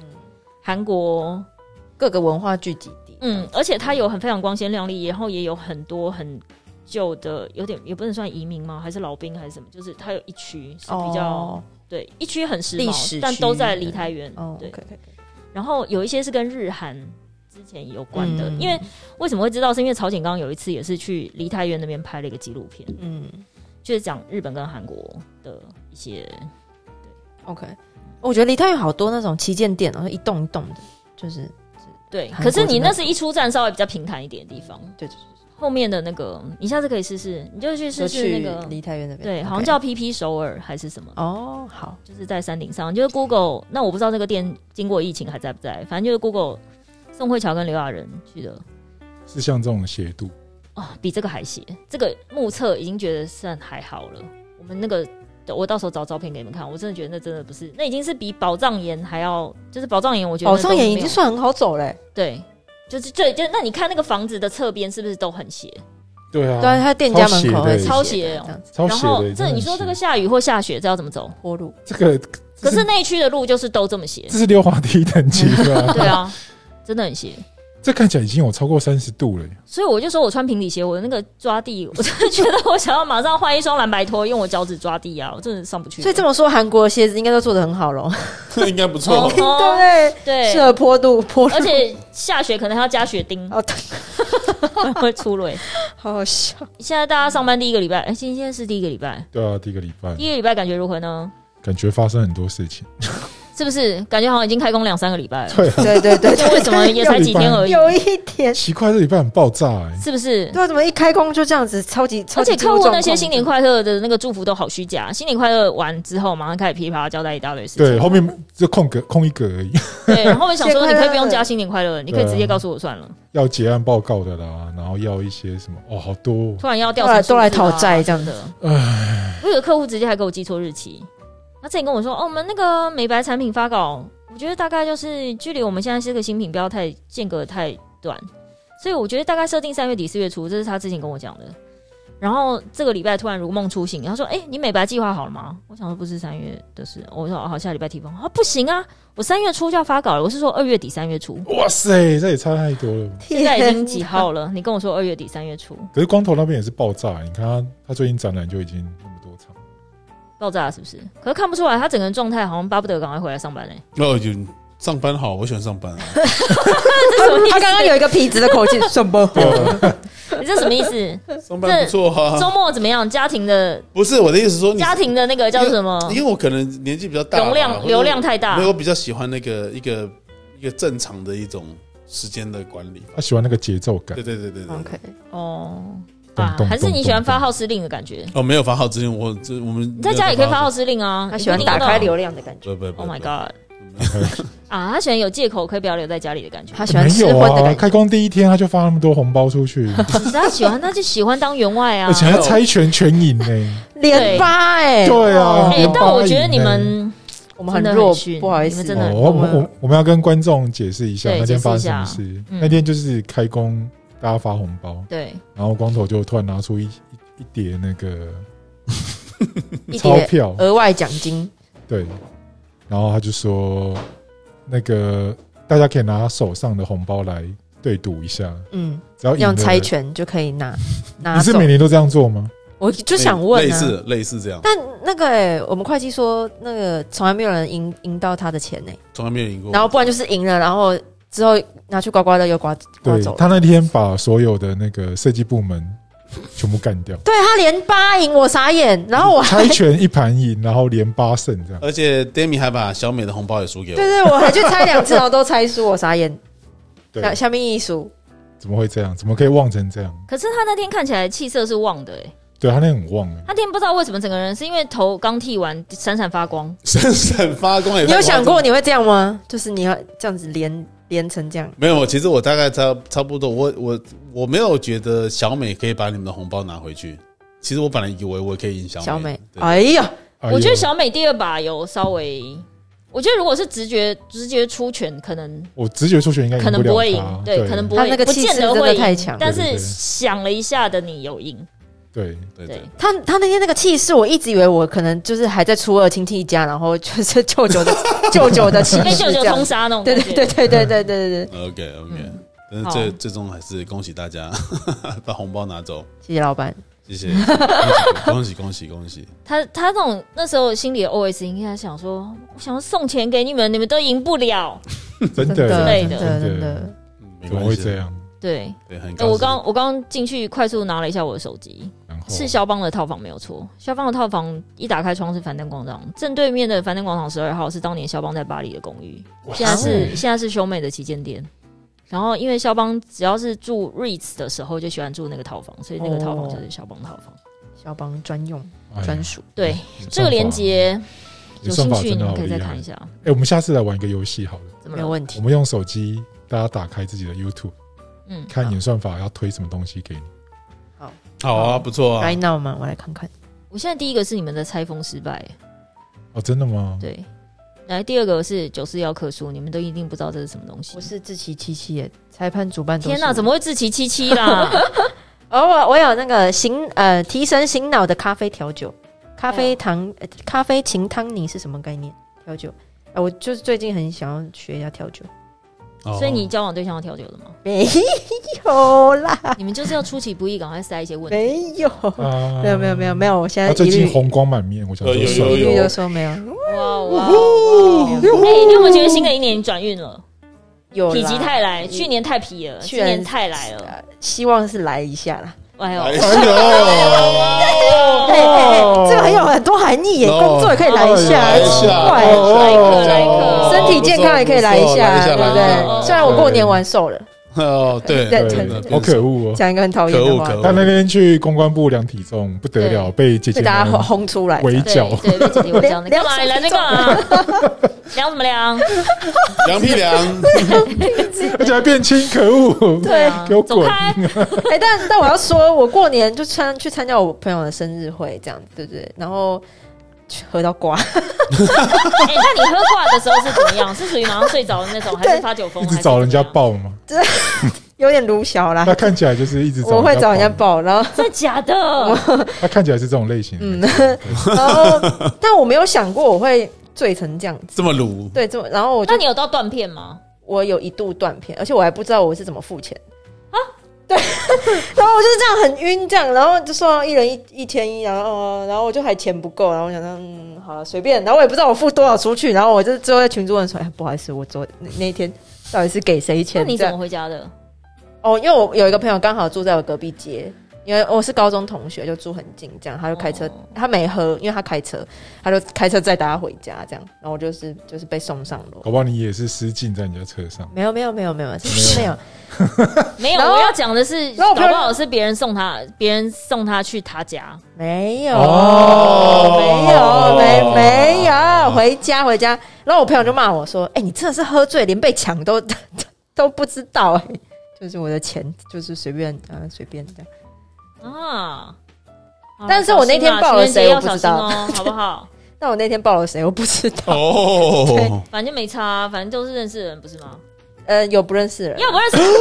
韩国， 各个文化聚集地。嗯，而且它有很非常光鲜亮丽，然后也有很多很旧的，有点也不能算移民吗？还是老兵还是什么？就是它有一区是比较、哦对，一区很时历史髦，但都区在梨泰院，哦，对。可以可以可以然后有一些是跟日韩之前有关的，嗯因为为什么会知道？是因为曹景刚有一次也是去梨泰院那边拍了一个纪录片，嗯就是讲日本跟韩国的一些， ，OK。我觉得梨泰院好多那种旗舰店哦，一栋一栋的，就是对。韩国可是你真的那是一出站稍微比较平坦一点的地方，对对对后面的那个你下次可以试试，你就去试就试去那个，梨泰院那边，对， OK 好像叫 PP 首尔还是什么。哦，好，就是在山顶上，就是 Google。那我不知道这个店经过疫情还在不在，反正就是 Google 宋慧乔跟刘亚仁去的，是像这种斜度，哦，比这个还斜。这个目测已经觉得算还好了。我们那个，我到时候找照片给你们看。我真的觉得那真的不是，那已经是比宝藏岩还要，就是宝藏岩，我觉得宝那都藏岩没已有经算很好走嘞，对，就是对，就那你看那个房子的侧边是不是都很斜？对对啊，啊，它店家门口超斜的斜超斜的哦这样子，超然斜后的。这真的很你说这斜个下雨或下雪，这要怎么走？坡路这个，可这是那一区的路就是都这 么斜，这是溜滑梯等级吧？ 对啊，真的很斜。这看起来已经有超过三十度了耶。所以我就说我穿平底鞋，我那个抓地，我真的觉得我想要马上换一双蓝白拖，用我脚趾抓地啊，我真的上不去。所以这么说，韩国的鞋子应该都做的很好喽， 应该不错哦。对啊不对？对，适合坡度坡路，而且下雪可能还要加雪钉 ，哦，对会出雷。好好 笑。现在大家上班第一个礼拜，哎、今天是第一个礼拜，对啊，第一个礼拜第一个礼拜感觉如何呢？感觉发生很多事情。是不是感觉好像已经开工两三个礼拜了？对啊，对对对就为什么也才几天而已？有一点，奇怪，这礼拜很爆炸哎。是不是？对啊，怎么一开工就这样子，超级超而级且进入客户状那些况新年快乐的那个祝福都好虚假，新年快乐完之后马上开始噼里啪啦交代一大堆事对，情。后面就空格空一格而已，对，然后我想说新你年快乐可以不用加新年快乐，你可以直接告诉我算了。要结案报告的啦，然后要一些什么哦，好多哦突然要调都来查数字啊都来讨债这样什子么的。我有个客户直接还给我记错日期，他之前跟我说，哦，我们那个美白产品发稿，我觉得大概就是距离我们现在是个新品不要太间隔太短，所以我觉得大概设定三月底四月初，这是他之前跟我讲的。然后这个礼拜突然如梦初醒，他说：“哎、你美白计划好了吗？”我想说不是三月的事，我说：“哦，好，下礼拜提供。”啊，不行啊，我三月初就要发稿了，我是说二月底三月初，哇塞，这也差太多了。现在已经几天哪号了？你跟我说二月底三月初可是光头那边也是爆炸，你看他他最近展览就已经那么多场，爆炸了是不是？可是看不出来，他整个人状态好像巴不得赶快回来上班欸嘞、 哦，就上班好，我喜欢上班啊。这什么意思？ 他刚刚有一个痞子的口气，什么？你这什么意思？上班不错周 啊。末怎么样？家庭的不是我的意思说你，家庭的那个叫什么？因为我可能年纪比较大吧，容或量者流量太大没有，我比较喜欢那个一个一个正常的一种时间的管理。他喜欢那个节奏感对。对对对对。嗯 OK，哦咚啊咚，还是你咚喜欢咚发号施令的感觉？哦，没有发号之前，我这我们你在家也可以发号之。施令啊，他喜欢打开流量的感觉，不不不你不一定要。Oh my 不 god！啊，他喜欢有借口可以不要留在家里的感觉。 他喜欢没吃有荤的啊，感觉。开工第一天他就发那么多红包出 去，可是他喜欢，他就喜欢当员外啊而。且还猜拳全赢呢、连八哎，对啊，哎，连八赢但我觉得你欸们我们很真的弱很逊，不好意你思，们真的哦，很我我们我我们要跟观众解释一下对那天发生解释一什么下事。嗯那天就是开工，大家发红包，对然后光头就突然拿出一一一叠那个一钞点票，额外奖金，对，然后他就说，那个大家可以拿手上的红包来对赌一下，嗯，只要赢用了猜。拳就可以拿拿你是走每。年都这样做吗？我就想问类啊，似类似这样，但那个哎，我们会计说那个从来没有人赢赢到他的钱呢，从来没有赢过。然后不然就是赢了，然后之后拿去刮刮乐又刮刮对走了。，他那天把所有的那个设计部门全部干 掉对他连八赢，我傻眼，然后我还 猜拳一盘赢，然后连八胜这样。而且 Demi 还把小美的红包也输给 对我，对，我还去猜两次，然后都猜输，我傻眼。下对，下面一输，怎么会这样？怎么可以旺成这样？可是他那天看起来气色是旺的，哎，对他那天很旺哎、他那天不知道为什么整个人是因为头刚剃完闪闪发光，闪闪发光也太夸张。你有想过你会这样吗？就是你要这样子连连成这样，没有？其实我大概差差不多，我我我没有觉得小美可以把你们的红包拿回去。其实我本来以为我可以赢小美，小美，对哎呀，哎我觉得呦小美第二把有稍微，我觉得如果是直觉直觉出拳，可能我直觉出拳应哎该赢可能了不会他赢，对，可能不他会，那个不气势见真得的会太赢，强，但对对是对想了一下的你有赢，对， 对对对，他他那天那个气势，我一直以为我可能就是还在初二亲戚家，然后就是 舅 舅的舅舅的气被势哎舅舅这通样。杀那种对感对觉。对对对对对对对， OK OK，嗯但是最最终还是恭喜大家把红包拿走，谢谢老板。谢谢，恭喜恭喜恭喜恭喜！他他那种那时候心里的 OS 应该想说，我想要送钱给你们，你们都赢不了。真真的的类的真的真真的的，嗯没怎么关会系这，样？对，对，很呃高兴。我刚我刚进去快速拿了一下我的手机，然后是肖邦的套房没有错。肖邦的套房一打开窗是梵登广场，正对面的梵登广场十二号是当年肖邦在巴黎的公寓，现在是现在是兄妹的旗舰店。然后因为肖邦只要是住 Ritz 的时候就喜欢住那个套房，所以那个套房就是肖邦套房。肖邦专用哎专属。对，哦算这个法连接有算兴法趣真你的们好可以厉再害看一。下。哎、我们下次来玩一个游戏好了，怎么没有了？问我题，们用手机，大家打开自己的 YouTube，嗯，看好演算法要推什么东西给你。好啊，不错啊 right，now 吗？我来看看。我现在第一个是你们的拆封失败，哦，真的吗？对。来，第二个是九四幺克书，你们都一定不知道这是什么东西我。是志奇七七耶，裁判主办都是我。天哪，怎么会自欺欺欺 啦？哦，我我有那个醒呃提神醒脑的咖啡调酒，咖哎啡糖、呃咖啡情汤尼是什么概念？调酒，呃，我就是最近很想要学一下调酒，哦所以你交往对象要调酒的吗？没有啦，你们就是要出其不意，赶快塞一些问题。没有，啊没有没有没有没有，我现他在啊最一近律红光满面，我想有说有算了一有律都说没有，哇哇！哇哎，你有没有觉得新的一年你转运了？有否啦极泰来，去年太皮了，去今年年太来了。呃希望是来一下啦。哎呦，哦哎呦，哎哎哎，这个很有很多含义耶，哦工作也可以来一下，来一奇下，怪，哦来一个来一哦个身体健康也可以来一下，对不错不不错来一下来一下对？虽然我过年玩瘦了，哦，对对真的对，好可恶哦！讲一个很讨厌可的恶话可，恶他那天去公关部量体重，不得了，被姐姐被大家们轰出来。围对剿。对，被姐姐我讲的，干量量嘛？你来啊这干嘛？量什么量？凉皮凉，而且还变轻，可恶！对啊给我走滚！开！哎、但但我要说，我过年就参去参加我朋友的生日会，这样子对不对？然后去喝到瓜，哎，那你喝挂的时候是怎么样？是属于马上睡着的 那种，还是发酒疯？一还直是找人家怎么样，抱嘛，有点鲁小啦他。看起来就是一直啊我会找人家抱，抱，然后真的假的？他看起来是这种类型的。嗯，然后但我没有想过我会醉成这样子，这么卤，对，这么然后我就那你有到断片吗？我有一度断片，而且我还不知道我是怎么付钱啊。对， 然后我就是这样很晕，这样，然后就说一人一一千一，然后、呃然后我就还钱不够，然后我想说，嗯，好了，随便，然后我也不知道我付多少出去，然后我就最后在群主问说，哎，不好意思，我昨那那一天到底是给谁那钱？你这怎样么回家的？哦，因为我有一个朋友刚好住在我隔壁街，因为我是高中同学，就住很近，这样他就开车，哦他没喝，因为他开车，他就开车载大家回家，这样，然后我就是就是被送上楼，搞不好你也是失禁在人家车上。没有没有没有没有，是没有。没有，然后我要讲的是，然后搞我朋友不好是别人送他，别人送他去他家。没有，哦没有，没没有，回家回家。然后我朋友就骂我说：“哎、你真的是喝醉，连被抢都 都不知道、哎，就是我的钱，就是随便啊，随便这样。啊。但是我那天报抱了谁要我不小知心道哦， 好不好？但我那天抱了谁，我不知道。哦，反正没差、啊反正都是认识的人，不是吗？呃，有不认识的哦人，要不认识，因为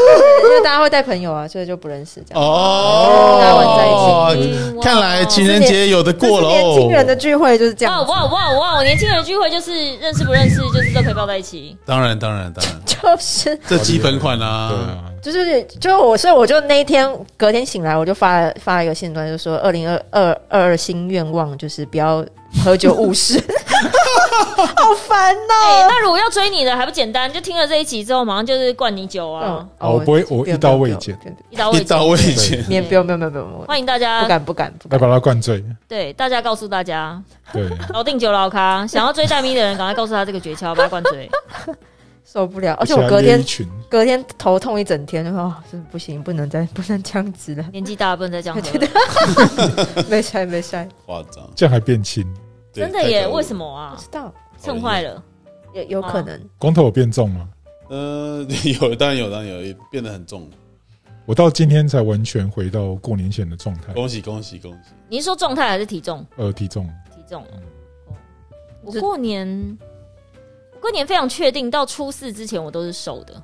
大家会带朋友啊，所以就不认识这样。哦哦，看来情人节有的过这了是年轻人的哦，聚会就是这哇样子，哇哇哇！年轻人聚会就是认识不认识，就是都可以抱在一起。当然当然当然，就是这基本款对啊，啊，就是就我，所以我就那一天隔天醒来，我就发了发了一个信段，就说二零二二二二新愿望就是不要喝酒误事， 好烦哎、哦、那如果要追你的还不简单，就听了这一集之后，马上就是灌你酒啊嗯，好哦我不会我一刀未剪，一刀未一剪刀未剪，没有没有没有没有没有没有，欢迎啊大不家，敢不敢不来敢，把他灌醉。对大家告诉大家，对，老定酒老 咖，想要追戴咪的人，赶快告诉他这个诀窍，把他灌醉。，受不 了。而且而我还隔约天一群，隔天头痛一整天，就说哦，真的不行，不能再不能这样子了年纪大了不能再这样 喝了， 没事没事，夸张，这样还变轻，对真的耶？太可恶为什么啊不？知道蹭坏了。也有可能。光头有变重吗？呃， 有当然有，当然有，也变得很重。我到今天才完全回到过年前的状态，哎哦恭喜恭喜恭喜！你是说状态还是体重？呃，体重体重嗯。哦我是过年，我过年非常确定，到初四之前我都是瘦的。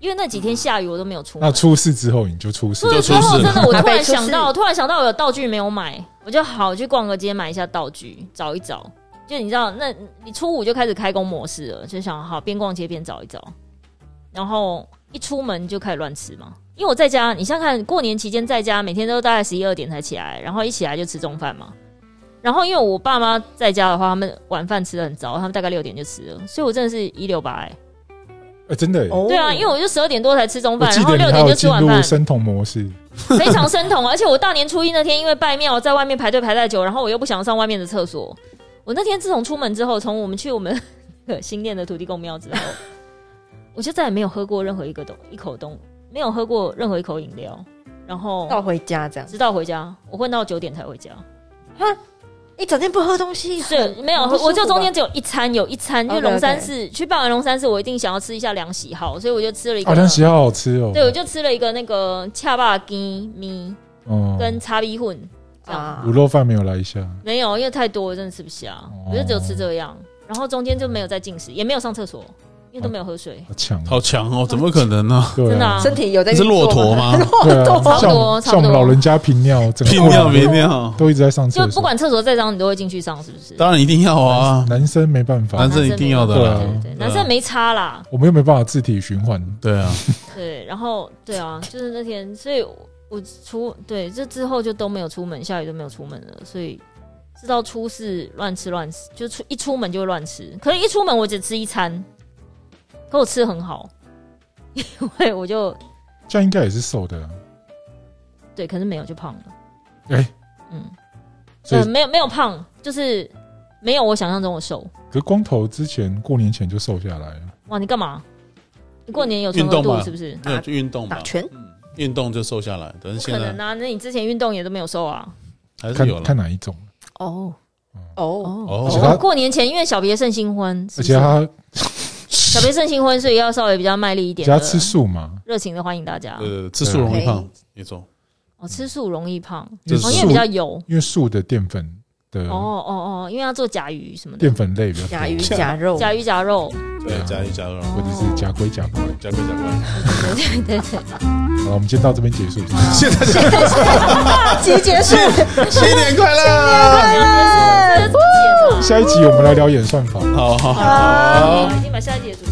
因为那几天下雨，我都没有出嗯那门。出事之后你就出事出，了就之出后，事真的，我还突被然出事想到，突然想到我有道具没有买，我就好去逛个街买一下道具，找一找。就你知道，那你初五就开始开工模式了，就想好边逛街边找一找，然后一出门就开始乱吃嘛。因为我在家，你想想看，过年期间在家，每天都大概十一二点才起来，然后一起来就吃中饭嘛。然后因为我爸妈在家的话，他们晚饭吃的很早，他们大概六点就吃了，所以我真的是一六八哎。哎，真的耶。哦对啊，因为我就十二点多才吃中我饭，记然后得你六还点有就吃进晚入饭。生酮模式， 非常生酮。而且我大年初一那天，因为拜庙，在外面排队排太久，然后我又不想上外面的厕所。我那天自从出门之后，从我们去我们新店的土地公庙之后，我就再也没有喝过任何一个东一口东，没有喝过任何一口饮料。然后到回家这样，直到回家，我混到九点才回家。哦一整天不喝东西，对，没哦有，很不舒服吧我就中间只有一餐，有一餐，因为 OK，OK 龙山寺去拜完龙山寺，我一定想要吃一下凉席好，所以我就吃了一个。好像喜啊好好吃哦。对，我就吃了一个那个恰巴鸡咪哦嗯，跟叉逼混这样。啊卤，肉饭没有来一下，没有，因为太多了，真的吃不下，哦我就只有吃这样，然后中间就没有再进食，也没有上厕所，因为都没有喝水，好强哦，好强哦，怎么可能 呢？对真的啊，啊，身体有在这是骆驼吗？ 对啊，多像多我们 差不多像我们老人家频尿，整个屁尿过没年尿，都一直在上就厕不所，管厕所再脏，你都会进去上，是不是？啊当然一定要啊。男生没办法男，生一定要的对啊对对，男生没差啦，我们又没办法自体循环，对啊，对，然后对啊，就是那天，所以我我出对这之后就都没有出门，下雨都没有出门了，所以知道出事乱吃乱吃，就出一出门就乱吃，可是一出门我只吃一餐，可我吃的很好，因为我就这样应该也是瘦的啊。对，可是没有就胖了。哎，嗯，所以呃，没有没有胖，就是没有我想象中的瘦。可光头之前过年前就瘦下来了，哇，你干嘛？你过年有运存额动度吧是不是？那就运动吧打，拳，运动就瘦下来。但是不现可能在啊！那你之前运动也都没有瘦啊？还是有看了看。哪一种。哦哦，哦而且他哦，过年前因为小别胜新婚，是而不是且他小别胜新婚，所以要稍微比较卖力一而且点他的。吃素嘛，热情的欢迎大家。呃，吃素容易胖对，没错。哦，吃素容易胖，因为就是哦，因素为比较油。因为素的淀粉的哦哦哦，因为要做甲鱼什么的淀，粉类比较甲鱼多，甲肉，甲鱼甲肉。对，加一加二，或者是甲龟甲块。加个加个。对对对，好，我们先到这边结束。现在是 集结束，新年快乐！这是这是这是这是下一集我们来聊演算法。好好好。啊已经把下一节主题。